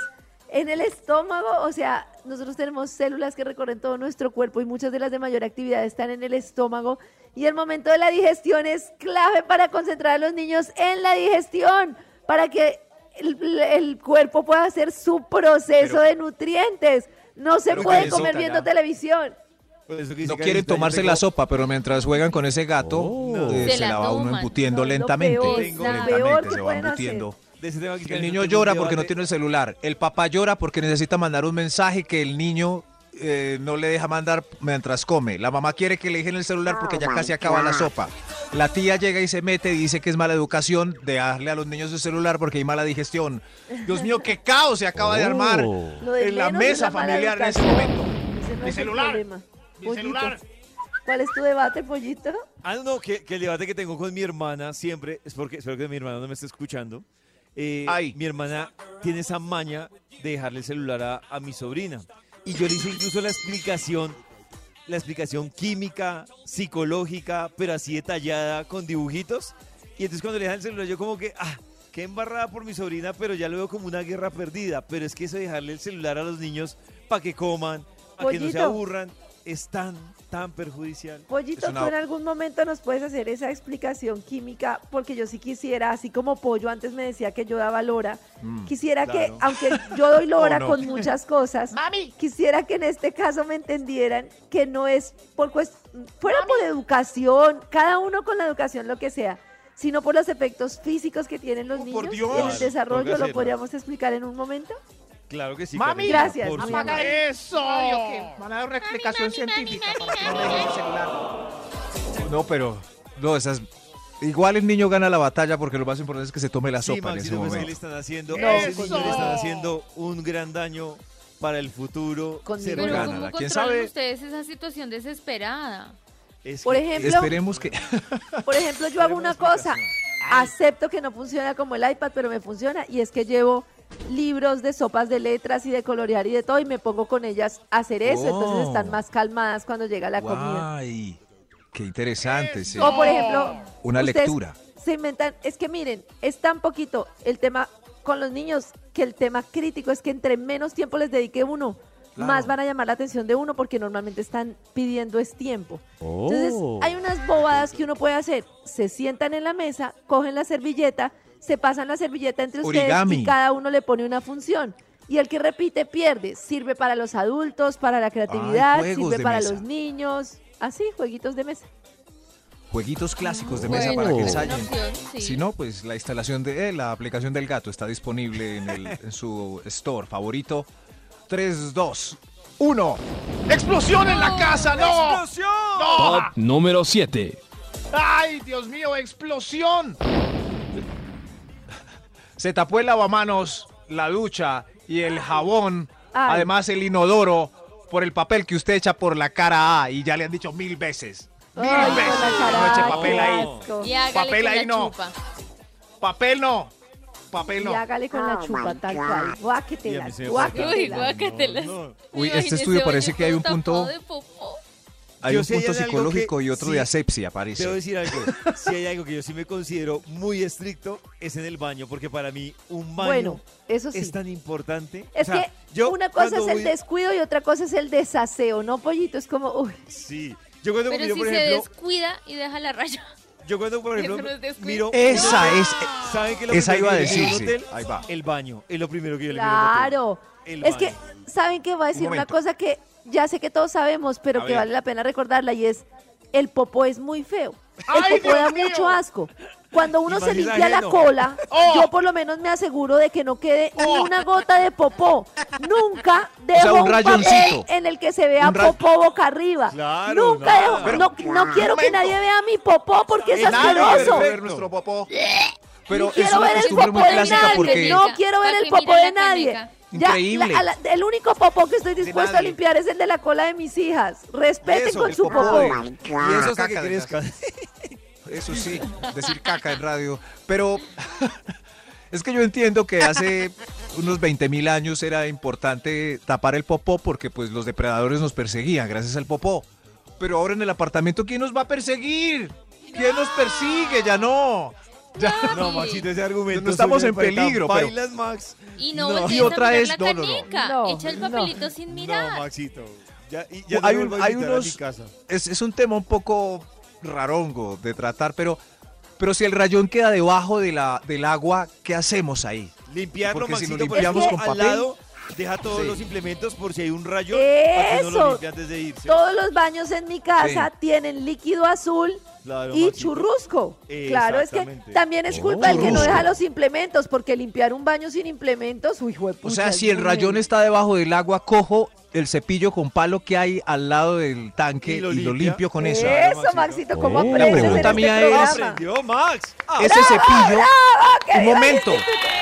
Speaker 4: en el estómago. O sea, nosotros tenemos células que recorren todo nuestro cuerpo y muchas de las de mayor actividad están en el estómago. Y el momento de la digestión es clave para concentrar a los niños en la digestión, para que el, el cuerpo pueda hacer su proceso
Speaker 3: Pero-
Speaker 4: de nutrientes. No se
Speaker 3: Pero
Speaker 4: puede
Speaker 3: Karencita,
Speaker 4: comer viendo
Speaker 3: ya.
Speaker 4: televisión.
Speaker 1: Por eso que dice
Speaker 3: No
Speaker 1: Karencita,
Speaker 3: quieren
Speaker 1: yo
Speaker 3: tomarse
Speaker 1: tengo-
Speaker 3: la sopa, pero mientras juegan con ese gato, eh,
Speaker 2: Se
Speaker 3: se,
Speaker 2: la
Speaker 3: la va uno
Speaker 2: toman.
Speaker 3: embutiendo
Speaker 4: No, es lo
Speaker 3: lentamente.
Speaker 4: peor,
Speaker 2: Tengo-
Speaker 3: lentamente
Speaker 4: peor que
Speaker 3: se va
Speaker 4: pueden
Speaker 3: embutiendo.
Speaker 1: De ese tema que
Speaker 3: El
Speaker 1: Karencita
Speaker 3: niño
Speaker 1: tuvo un
Speaker 3: llora porque no
Speaker 1: debate.
Speaker 3: tiene el celular. El papá llora porque necesita mandar un mensaje que el niño eh, no le deja mandar mientras come. La mamá quiere que le dejen el celular porque ya casi acaba la sopa. La tía llega y se mete y dice que es mala educación de darle a los niños el celular porque hay mala digestión. Dios mío, qué caos se acaba de armar
Speaker 1: Oh.
Speaker 4: Lo de
Speaker 3: en la
Speaker 4: menos es
Speaker 3: mesa
Speaker 4: mala
Speaker 3: familiar en ese
Speaker 4: educación.
Speaker 3: momento.
Speaker 4: Ese no
Speaker 5: Mi
Speaker 4: es el
Speaker 5: celular.
Speaker 4: problema.
Speaker 5: Mi
Speaker 4: Pollito,
Speaker 5: celular.
Speaker 4: ¿Cuál es tu debate, pollito?
Speaker 1: Ah, no, no, que, que el debate que tengo con mi hermana siempre es porque espero que mi hermana no me esté escuchando. Eh,
Speaker 3: Ay.
Speaker 1: Mi hermana tiene esa maña de dejarle el celular a, a mi sobrina. Y yo le hice incluso la explicación, la explicación química, psicológica, pero así detallada, con dibujitos. Y entonces cuando le dejan el celular, yo como que, ah, qué embarrada por mi sobrina, pero ya lo veo como una guerra perdida. Pero es que eso de dejarle el celular a los niños para que coman, para que no se
Speaker 4: Pollito.
Speaker 1: aburran, es tan, tan perjudicial.
Speaker 4: Pollito,
Speaker 3: Es una-
Speaker 4: tú en algún momento nos puedes hacer esa explicación química, porque yo sí quisiera, así como Pollo antes me decía que yo daba lora, quisiera que,
Speaker 1: claro.
Speaker 4: aunque yo doy lora
Speaker 3: Oh, no.
Speaker 4: con muchas cosas,
Speaker 5: Mami,
Speaker 4: quisiera que en este caso me entendieran que no es por cuest- fuera por educación, cada uno con la educación lo que sea, sino por los efectos físicos que tienen los
Speaker 5: Oh,
Speaker 4: niños
Speaker 5: por
Speaker 4: y en
Speaker 5: Dios.
Speaker 4: el
Speaker 1: Tengo
Speaker 4: desarrollo,
Speaker 1: que
Speaker 4: ¿lo
Speaker 1: hacerlo.
Speaker 4: podríamos explicar en un momento?
Speaker 1: Claro que sí.
Speaker 5: Mami,
Speaker 1: Karencita,
Speaker 4: Gracias,
Speaker 1: por
Speaker 4: mami.
Speaker 1: supuesto.
Speaker 4: Apaga
Speaker 5: eso. Van a dar una explicación científica para que no le dejen el celular.
Speaker 3: No, pero no, esas. Igual el niño gana la batalla porque lo más importante es que se tome la
Speaker 1: Sí,
Speaker 3: sopa en ese
Speaker 1: Maxito, pues, ¿qué
Speaker 3: momento.
Speaker 1: le están haciendo?
Speaker 5: No,
Speaker 1: A ese niño
Speaker 5: Eso.
Speaker 1: le están haciendo un gran daño para el futuro
Speaker 4: Conmigo.
Speaker 1: cercano.
Speaker 2: Pero
Speaker 3: Gana,
Speaker 2: ¿cómo
Speaker 3: ¿quién
Speaker 2: controlan
Speaker 3: sabe?
Speaker 2: ustedes esa situación desesperada?
Speaker 1: Es que
Speaker 4: Por ejemplo,
Speaker 3: Esperemos que.
Speaker 4: Por ejemplo, yo hago
Speaker 1: Tenemos
Speaker 4: una cosa.
Speaker 1: explicación.
Speaker 4: Acepto que no funciona como el iPad, pero me funciona. Y es que llevo libros de sopas de letras y de colorear y de todo y me pongo con ellas a hacer eso. Entonces
Speaker 3: Oh.
Speaker 4: están más calmadas cuando llega la comida.
Speaker 3: Ay, qué interesante. sí. Oh.
Speaker 4: O por ejemplo,
Speaker 3: Una
Speaker 4: ustedes
Speaker 3: lectura.
Speaker 4: Se inventan, es que miren, es tan poquito el tema con los niños que el tema crítico es que entre menos tiempo les dedique uno,
Speaker 3: Claro.
Speaker 4: más van a llamar la atención de uno porque normalmente están pidiendo es tiempo. Entonces,
Speaker 1: Oh.
Speaker 4: hay unas bobadas que uno puede hacer. Se sientan en la mesa, cogen la servilleta, se pasan la servilleta entre ustedes y
Speaker 3: Origami.
Speaker 4: cada uno le pone una función. Y el que repite pierde. Sirve para los adultos, para la creatividad,
Speaker 3: juegos
Speaker 4: sirve
Speaker 3: de
Speaker 4: para
Speaker 3: mesa.
Speaker 4: los niños. Así, jueguitos de mesa.
Speaker 3: Jueguitos clásicos de mesa
Speaker 2: Bueno,
Speaker 3: para que
Speaker 2: es una
Speaker 3: ensayen.
Speaker 2: opción, sí.
Speaker 3: Si no, pues la instalación de eh, la aplicación del gato está disponible en, el- en su store favorito. 3, 2, 1.
Speaker 5: ¡Explosión en la casa! ¡No! ¡No!
Speaker 6: Top número 7.
Speaker 5: ¡Ay, Dios mío! ¡Explosión!
Speaker 3: Se tapó el lavamanos, la ducha y el jabón.
Speaker 4: Ay.
Speaker 3: Además, el inodoro por el papel que usted echa por la cara A. Y ya le han dicho mil veces. Mil
Speaker 4: Ay, con
Speaker 3: veces.
Speaker 4: la cara,
Speaker 3: pues, No eche
Speaker 4: ay,
Speaker 3: papel
Speaker 4: qué
Speaker 3: ahí.
Speaker 4: asco.
Speaker 2: Y hágale
Speaker 3: Papel
Speaker 2: con
Speaker 3: ahí
Speaker 2: la
Speaker 3: no.
Speaker 2: chupa.
Speaker 3: Papel no. Papel
Speaker 4: Y
Speaker 3: no. Ah,
Speaker 4: hágale con la chupa, tal cual.
Speaker 1: Y a
Speaker 4: Guáquetela,
Speaker 1: mí se me fue acá.
Speaker 2: Uy,
Speaker 4: guáquetela.
Speaker 2: guácatelas.
Speaker 3: Uy,
Speaker 2: Me
Speaker 3: este
Speaker 2: imaginé
Speaker 3: estudio
Speaker 2: ese
Speaker 3: parece
Speaker 2: baño
Speaker 3: que hay
Speaker 2: todo
Speaker 3: un punto-
Speaker 2: tapado de popó.
Speaker 3: Hay
Speaker 1: Yo
Speaker 3: un
Speaker 1: sí hay
Speaker 3: punto
Speaker 1: algo
Speaker 3: psicológico
Speaker 1: que-
Speaker 3: y otro
Speaker 1: sí.
Speaker 3: de asepsia, parece.
Speaker 1: Debo decir algo. si hay algo que yo sí me considero muy estricto, es en el baño, porque para mí un baño
Speaker 4: Bueno, eso sí.
Speaker 1: es tan importante.
Speaker 4: Es
Speaker 1: O sea,
Speaker 4: que
Speaker 1: yo
Speaker 4: una cosa es
Speaker 1: cuando
Speaker 4: el
Speaker 1: voy-
Speaker 4: descuido y otra cosa es el desaseo, ¿no, pollito? Es como, uy,
Speaker 1: Sí. Yo cuando,
Speaker 2: Pero
Speaker 1: miro,
Speaker 2: si
Speaker 1: por
Speaker 2: se
Speaker 1: ejemplo,
Speaker 2: descuida y deja la raya.
Speaker 1: yo cuando, por
Speaker 2: Eso
Speaker 1: ejemplo,
Speaker 2: no es
Speaker 1: miro...
Speaker 2: descuido.
Speaker 3: Esa es.
Speaker 1: ¿Saben qué es lo
Speaker 3: Esa
Speaker 1: primero
Speaker 3: iba a
Speaker 1: que yo miro en un
Speaker 3: decir, sí.
Speaker 1: hotel?
Speaker 3: Ahí va.
Speaker 1: El baño. Es lo primero que yo le miro en un hotel.
Speaker 4: claro.
Speaker 1: El
Speaker 4: Es que,
Speaker 1: baño.
Speaker 4: ¿saben qué? Voy a decir una
Speaker 3: momento.
Speaker 4: cosa que ya sé que todos sabemos, pero
Speaker 1: A
Speaker 4: que
Speaker 1: ver.
Speaker 4: vale la pena recordarla y es, el popó es muy feo. El
Speaker 5: ¡Ay,
Speaker 4: popó da
Speaker 5: Dios mío!
Speaker 4: mucho asco. Cuando uno se
Speaker 1: Imagina
Speaker 4: limpia la
Speaker 1: ajeno.
Speaker 4: cola,
Speaker 5: ¡Oh!
Speaker 4: yo por lo menos me aseguro de que no quede ni
Speaker 5: ¡Oh!
Speaker 4: una gota de popó. Nunca dejo
Speaker 3: sea, un
Speaker 4: un, papel
Speaker 3: rayoncito.
Speaker 4: en el que se vea
Speaker 3: Un ra-
Speaker 4: popó boca arriba.
Speaker 1: Claro,
Speaker 4: Nunca
Speaker 1: nada.
Speaker 4: dejo.
Speaker 1: Pero-
Speaker 4: no, no quiero que
Speaker 5: Momento.
Speaker 4: nadie vea mi popó porque es
Speaker 3: Nadie quiere
Speaker 4: asqueroso.
Speaker 3: ver nuestro popó. Pero
Speaker 4: Ni
Speaker 3: es
Speaker 4: quiero
Speaker 3: una
Speaker 4: ver el
Speaker 3: costumbre
Speaker 4: popó
Speaker 3: muy
Speaker 4: de
Speaker 3: clásica
Speaker 4: nadie.
Speaker 3: porque.
Speaker 4: No quiero ver el
Speaker 2: Papi,
Speaker 4: popó
Speaker 2: mira
Speaker 4: de
Speaker 2: la
Speaker 4: nadie.
Speaker 2: caneca.
Speaker 4: Ya,
Speaker 3: Increíble.
Speaker 4: la- a la- el único popó que estoy dispuesto a
Speaker 3: nadie.
Speaker 4: limpiar es el de la cola de mis hijas. Respeten
Speaker 1: Eso,
Speaker 4: con
Speaker 1: el
Speaker 4: su
Speaker 3: popó
Speaker 4: popó.
Speaker 3: de-
Speaker 1: Y eso hasta que
Speaker 3: Caca de
Speaker 1: crezca.
Speaker 3: Eso sí, decir caca en radio. Pero (laughs) es que yo entiendo que hace unos 20 mil años era importante tapar el popó porque pues los depredadores nos perseguían gracias al popó. Pero ahora en el apartamento, ¿quién nos va a perseguir? ¿Quién nos persigue? Ya no. Ya.
Speaker 1: No, Maxito, ese argumento.
Speaker 3: No estamos
Speaker 1: suyo
Speaker 3: en
Speaker 1: me parece tan
Speaker 3: peligro, pero-
Speaker 1: Bailas, Max.
Speaker 2: Y no,
Speaker 1: No.
Speaker 2: voltees
Speaker 3: Y otra
Speaker 2: a mirar
Speaker 3: es-
Speaker 2: la
Speaker 3: no, no, no.
Speaker 2: caneca.
Speaker 4: No,
Speaker 2: Echa el
Speaker 4: no.
Speaker 2: papelito sin
Speaker 1: No,
Speaker 2: mirar.
Speaker 1: Maxito. Ya, y ya no
Speaker 3: hay,
Speaker 1: me
Speaker 3: un-
Speaker 1: vuelvo a
Speaker 3: hay
Speaker 1: invitar a mi
Speaker 3: unos.
Speaker 1: casa.
Speaker 3: Es, es un tema un poco rarongo de tratar, pero, pero si el rayón queda debajo de la, del agua, ¿qué hacemos ahí?
Speaker 1: Limpiarlo,
Speaker 3: Porque si
Speaker 1: Maxito,
Speaker 3: lo
Speaker 1: por ejemplo,
Speaker 3: limpiamos con
Speaker 1: al
Speaker 3: papel-
Speaker 1: lado, deja todos
Speaker 3: Sí.
Speaker 1: los implementos por si hay un rayón. para que no
Speaker 4: Eso.
Speaker 1: lo limpie antes de irse.
Speaker 4: Todos los baños en mi casa
Speaker 3: Sí.
Speaker 4: tienen líquido azul
Speaker 1: Claro,
Speaker 4: y
Speaker 1: Maxito.
Speaker 4: churrusco. Claro, es que
Speaker 1: Exactamente.
Speaker 4: también es culpa del que no
Speaker 3: Oh, Churrusco.
Speaker 4: deja los implementos, porque limpiar un baño sin implementos, uy,
Speaker 3: O sea, si el rayón está debajo del agua, cojo el cepillo con palo que hay al lado del tanque
Speaker 1: Y
Speaker 3: y
Speaker 1: lo
Speaker 3: lo,
Speaker 1: limpia.
Speaker 3: limpio con
Speaker 4: Eso,
Speaker 3: esa.
Speaker 4: Maxito,
Speaker 1: Maxito.
Speaker 4: ¿cómo
Speaker 6: Oh.
Speaker 4: aprendes
Speaker 6: La
Speaker 4: en
Speaker 6: pregunta
Speaker 4: este
Speaker 3: mía es-
Speaker 4: programa?
Speaker 1: ¡Aprendió, Max! Ah,
Speaker 3: Ese cepillo.
Speaker 4: ¡Bravo!
Speaker 3: Un
Speaker 4: ¡Qué
Speaker 3: momento.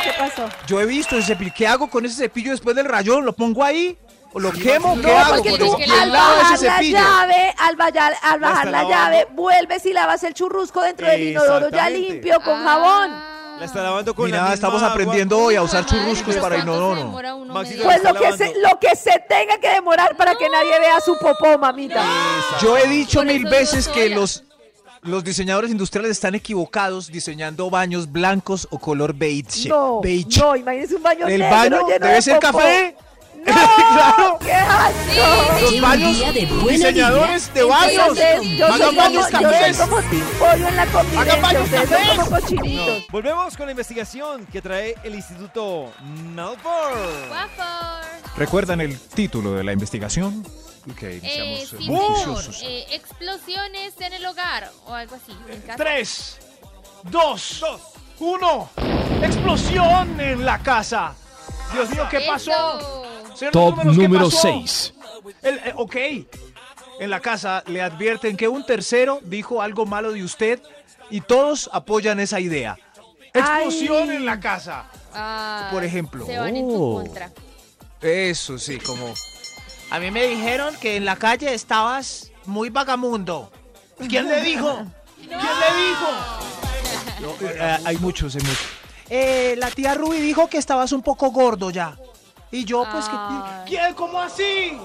Speaker 4: ¿Qué pasó?
Speaker 3: Yo he visto ese cepillo. ¿Qué hago con ese cepillo después del rayón? ¿Lo pongo ahí? ¿O lo quemo?
Speaker 1: Maxito.
Speaker 3: ¿Qué
Speaker 1: No,
Speaker 3: hago?
Speaker 4: porque
Speaker 3: con
Speaker 2: tú
Speaker 3: eso?
Speaker 2: que
Speaker 3: ¿Quién
Speaker 2: al
Speaker 3: lava
Speaker 4: bajar
Speaker 3: ese cepillo?
Speaker 4: la llave, al, bayar- al
Speaker 1: Lo
Speaker 4: bajar
Speaker 1: está
Speaker 4: la
Speaker 1: lavando.
Speaker 4: llave, vuelves y lavas el churrusco dentro del inodoro ya
Speaker 1: Exactamente.
Speaker 4: limpio con jabón.
Speaker 2: Ah.
Speaker 1: La está lavando con la
Speaker 3: Mira,
Speaker 1: misma
Speaker 3: estamos
Speaker 1: agua.
Speaker 3: aprendiendo hoy a usar
Speaker 2: Ay, pero
Speaker 3: churruscos para
Speaker 2: ¿cuánto se
Speaker 3: inodoro.
Speaker 2: demora uno
Speaker 1: Maxito,
Speaker 2: medio
Speaker 4: Pues
Speaker 1: está
Speaker 4: lo que, se,
Speaker 1: lavando.
Speaker 4: lo que se tenga que demorar para que nadie vea su popó, mamita.
Speaker 3: Yo he dicho
Speaker 2: Por eso
Speaker 3: mil
Speaker 2: digo
Speaker 3: veces que
Speaker 2: soya.
Speaker 3: los, los diseñadores industriales están equivocados diseñando baños blancos o color beige.
Speaker 4: No,
Speaker 3: beige.
Speaker 4: no, imagínese un baño
Speaker 3: el
Speaker 4: negro
Speaker 3: baño
Speaker 4: lleno
Speaker 3: debe
Speaker 4: de
Speaker 3: ser
Speaker 4: popó.
Speaker 3: café. (laughs)
Speaker 4: ¡No!
Speaker 3: Claro.
Speaker 4: ¡Qué asco!
Speaker 7: Lleva un
Speaker 3: baños,
Speaker 7: día de buena
Speaker 3: diseñadores de baños.
Speaker 4: Entonces, yo soy
Speaker 3: Hagan
Speaker 4: como,
Speaker 3: baños
Speaker 4: yo soy
Speaker 3: cafés.
Speaker 4: como pollo en la convivencia,
Speaker 3: baños
Speaker 4: ustedes son como
Speaker 1: No.
Speaker 4: cochinitos.
Speaker 1: Volvemos con la investigación que trae el Instituto Nalford.
Speaker 2: Guapo.
Speaker 3: ¿Recuerdan el título de la investigación?
Speaker 2: Eh,
Speaker 3: Que iniciamos
Speaker 2: sí,
Speaker 3: eh, muy
Speaker 2: señor.
Speaker 3: juiciosos.
Speaker 2: Eh, explosiones en el hogar o algo así. En casa.
Speaker 5: Tres, dos, uno. ¡Explosión en la casa! Dios mío, ¿qué pasó?
Speaker 2: Eso.
Speaker 5: Señor
Speaker 6: Top
Speaker 5: números, ¿qué
Speaker 6: número
Speaker 5: pasó?
Speaker 6: 6.
Speaker 5: El- eh, ok.
Speaker 3: En la casa le advierten que un tercero dijo algo malo de usted y todos apoyan esa idea.
Speaker 5: Explosión
Speaker 4: Ay.
Speaker 5: en la casa.
Speaker 2: Ah,
Speaker 3: Por ejemplo. Oh.
Speaker 2: Se van en tu contra.
Speaker 3: Eso sí, como
Speaker 5: A mí me dijeron que en la calle estabas muy vagamundo. ¿Quién
Speaker 3: (laughs)
Speaker 5: le dijo? ¿Quién le dijo?
Speaker 3: eh, hay muchos, hay muchos.
Speaker 5: Eh, la tía Ruby dijo que estabas un poco gordo ya. Y yo
Speaker 2: pues, que-
Speaker 4: Ah.
Speaker 2: Ay.
Speaker 5: ¿Quién? ¿Cómo así?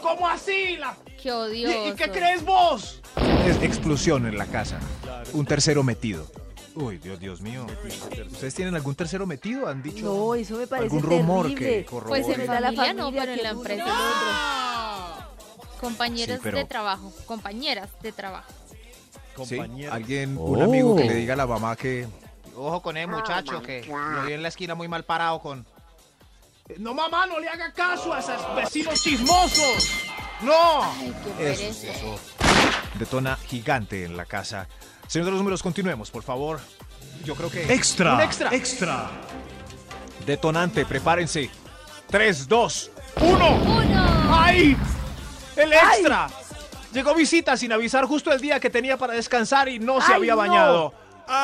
Speaker 5: ¿Cómo así? La-
Speaker 2: Qué
Speaker 5: ¿Y,
Speaker 2: odioso.
Speaker 5: y qué crees vos?
Speaker 3: Es explosión en la casa. Un tercero metido. Uy, Dios, Dios mío. ¿Ustedes tienen algún tercero metido? ¿Han dicho?
Speaker 4: No, eso me parece
Speaker 3: algún rumor
Speaker 4: terrible.
Speaker 3: que corrobore.
Speaker 2: Pues en
Speaker 4: Corrobore.
Speaker 2: familia,
Speaker 4: La
Speaker 2: no,
Speaker 4: familia
Speaker 2: pero en
Speaker 4: que
Speaker 2: la
Speaker 4: uno-
Speaker 2: empresa
Speaker 4: ¡No!
Speaker 2: Compañeros
Speaker 3: Sí, pero-
Speaker 2: de trabajo. Compañeras de trabajo.
Speaker 3: Sí,
Speaker 1: Compañero.
Speaker 3: Alguien, un amigo que le diga a la mamá que
Speaker 5: Oh. Ojo con el muchacho que lo vi en la esquina muy mal parado con. No, mamá, no le haga caso a esos vecinos chismosos. No.
Speaker 2: Ay, qué
Speaker 3: eso,
Speaker 2: pereza.
Speaker 3: eso detona gigante en la casa. Señor de los números, continuemos, por favor. Yo creo que...
Speaker 5: Extra.
Speaker 3: Un extra.
Speaker 5: Extra.
Speaker 3: Detonante, prepárense. 3, 2, 1.
Speaker 2: ¡Uno!
Speaker 3: ¡Ay! ¡El extra! Llegó visita sin avisar justo el día que tenía para descansar y no se
Speaker 4: Ay,
Speaker 3: había
Speaker 4: no.
Speaker 3: bañado.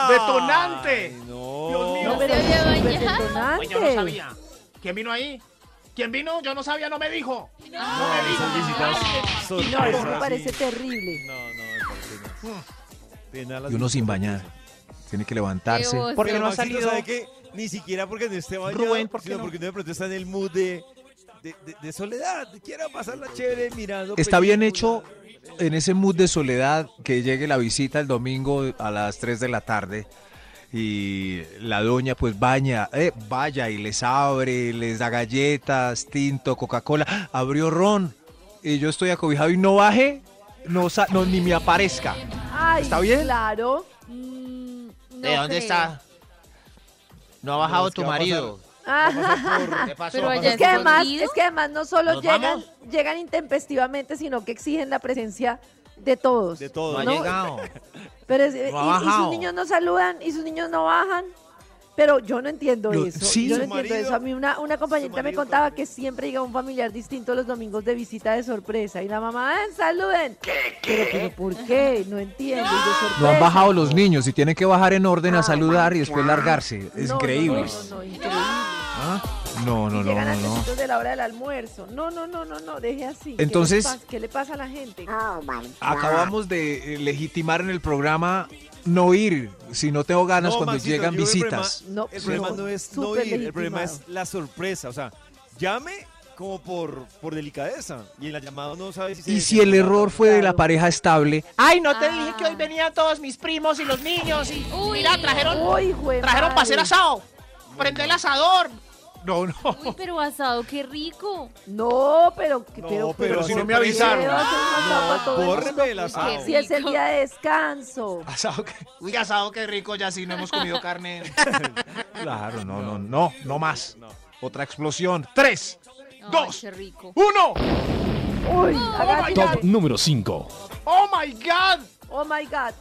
Speaker 3: ¡Detonante!
Speaker 1: Ay, no.
Speaker 3: Dios mío.
Speaker 4: No, pero
Speaker 2: ¿Se
Speaker 4: es
Speaker 2: había
Speaker 4: súper
Speaker 2: bañado?
Speaker 4: detonante.
Speaker 5: Pues yo no sabía. ¿Quién vino ahí? ¿Quién vino? Yo no sabía, no me dijo.
Speaker 1: Ay, esas visitas
Speaker 4: No,
Speaker 1: sorpresas,
Speaker 4: eso me parece
Speaker 1: sí.
Speaker 4: terrible.
Speaker 1: No, no, me parece no. Pena las
Speaker 3: Y uno
Speaker 1: visitas.
Speaker 3: sin bañar. Tiene que levantarse.
Speaker 2: Qué
Speaker 1: Porque
Speaker 2: oso.
Speaker 1: no ha salido. ¿sabe qué? Ni siquiera porque no esté bañado,
Speaker 3: Rubén, ¿por qué
Speaker 1: sino
Speaker 3: no?
Speaker 1: porque no de pronto está en el mood de, de, de- de soledad. Quiero pasarla chévere mirando.
Speaker 3: Está bien hecho
Speaker 1: películas.
Speaker 3: en ese mood de soledad que llegue la visita el domingo a las 3 de la tarde y la doña pues baña, eh, vaya y les abre, les da galletas, tinto, Coca-Cola, ¡Ah! abrió ron y yo estoy acobijado y no baje, no, sa- no, ni me aparezca.
Speaker 4: Ay,
Speaker 3: ¿Está bien?
Speaker 4: Claro.
Speaker 2: Mm, no
Speaker 5: ¿De dónde
Speaker 2: creo.
Speaker 5: está? No ha
Speaker 1: No,
Speaker 5: bajado
Speaker 1: es que
Speaker 5: tu
Speaker 1: va a pasar.
Speaker 5: marido.
Speaker 4: Ah, (laughs)
Speaker 5: ¿Qué pasó?
Speaker 2: Pero allá
Speaker 4: es que además,
Speaker 2: ¿Escondido?
Speaker 4: es que además no solo
Speaker 5: ¿Nos
Speaker 4: llegan,
Speaker 5: vamos?
Speaker 4: llegan intempestivamente, sino que exigen la presencia de todos.
Speaker 1: De todo.
Speaker 5: No ha
Speaker 4: No,
Speaker 5: llegado.
Speaker 4: Pero es- y,
Speaker 5: ha
Speaker 4: y sus
Speaker 5: bajado.
Speaker 4: niños no saludan y sus niños no bajan. Pero yo no entiendo
Speaker 3: No,
Speaker 4: eso.
Speaker 3: sí.
Speaker 4: yo
Speaker 1: Su
Speaker 4: no entiendo
Speaker 1: marido-
Speaker 4: eso. A mí una, una compañerita me
Speaker 1: marido
Speaker 4: contaba que siempre llega un familiar distinto los domingos de visita de sorpresa. Y la mamá, "Ah, saluden. Pero, pero ¿por qué? No entiendo. y de
Speaker 3: No han
Speaker 4: sorpresa.
Speaker 3: bajado los niños y tienen que bajar en orden a saludar y después largarse.
Speaker 4: No,
Speaker 3: Es
Speaker 4: Ah, no,
Speaker 3: increíble.
Speaker 4: No, no, no, increíble.
Speaker 3: ¿Ah? No, no, no,
Speaker 4: Llegan
Speaker 3: no,
Speaker 4: antes
Speaker 3: no.
Speaker 4: de la hora del almuerzo. No, no, no, no, no, deje así.
Speaker 3: Entonces-
Speaker 4: ¿Qué le, pas- qué le pasa a la gente?
Speaker 3: Acabamos de eh, legitimar en el programa no ir si no tengo ganas
Speaker 1: No,
Speaker 3: cuando
Speaker 1: Maxito,
Speaker 3: llegan
Speaker 1: yo creo que el
Speaker 3: visitas.
Speaker 1: problema-
Speaker 4: No,
Speaker 1: El problema
Speaker 4: no,
Speaker 1: no es no
Speaker 4: súper
Speaker 1: ir, el problema es
Speaker 4: legitimado.
Speaker 1: la sorpresa. O sea, llame como por, por delicadeza. Y en la llamada no sabe si se-
Speaker 3: Y si el error fue de la pareja estable,
Speaker 5: Ay, no te
Speaker 2: Ah.
Speaker 5: dije que hoy venían todos mis primos y los niños. Y
Speaker 2: Uy.
Speaker 5: mira, trajeron,
Speaker 4: Uy, jue
Speaker 5: trajeron para
Speaker 4: madre.
Speaker 5: hacer asado. Prende el asador.
Speaker 3: no,
Speaker 1: (laughs)
Speaker 3: no.
Speaker 2: Uy, pero asado, qué rico.
Speaker 4: No, pero, que-
Speaker 1: No,
Speaker 4: pero,
Speaker 1: pero
Speaker 3: si no me
Speaker 4: ¿por qué
Speaker 3: avisaron.
Speaker 4: va a hacer un asado
Speaker 1: No,
Speaker 4: a todo el
Speaker 1: bórreme
Speaker 4: mundo?
Speaker 1: el asado.
Speaker 4: Si es el día de descanso.
Speaker 3: Asado que-
Speaker 5: Uy, asado, qué rico. Ya sí no hemos comido carne.
Speaker 3: Claro, no, no, no, no más.
Speaker 1: No.
Speaker 3: Otra explosión. Tres,
Speaker 2: Ay,
Speaker 3: dos,
Speaker 2: qué rico.
Speaker 3: uno.
Speaker 4: Uy,
Speaker 6: Top
Speaker 4: agáchate.
Speaker 6: número 5.
Speaker 3: Oh my God.
Speaker 4: Oh my God.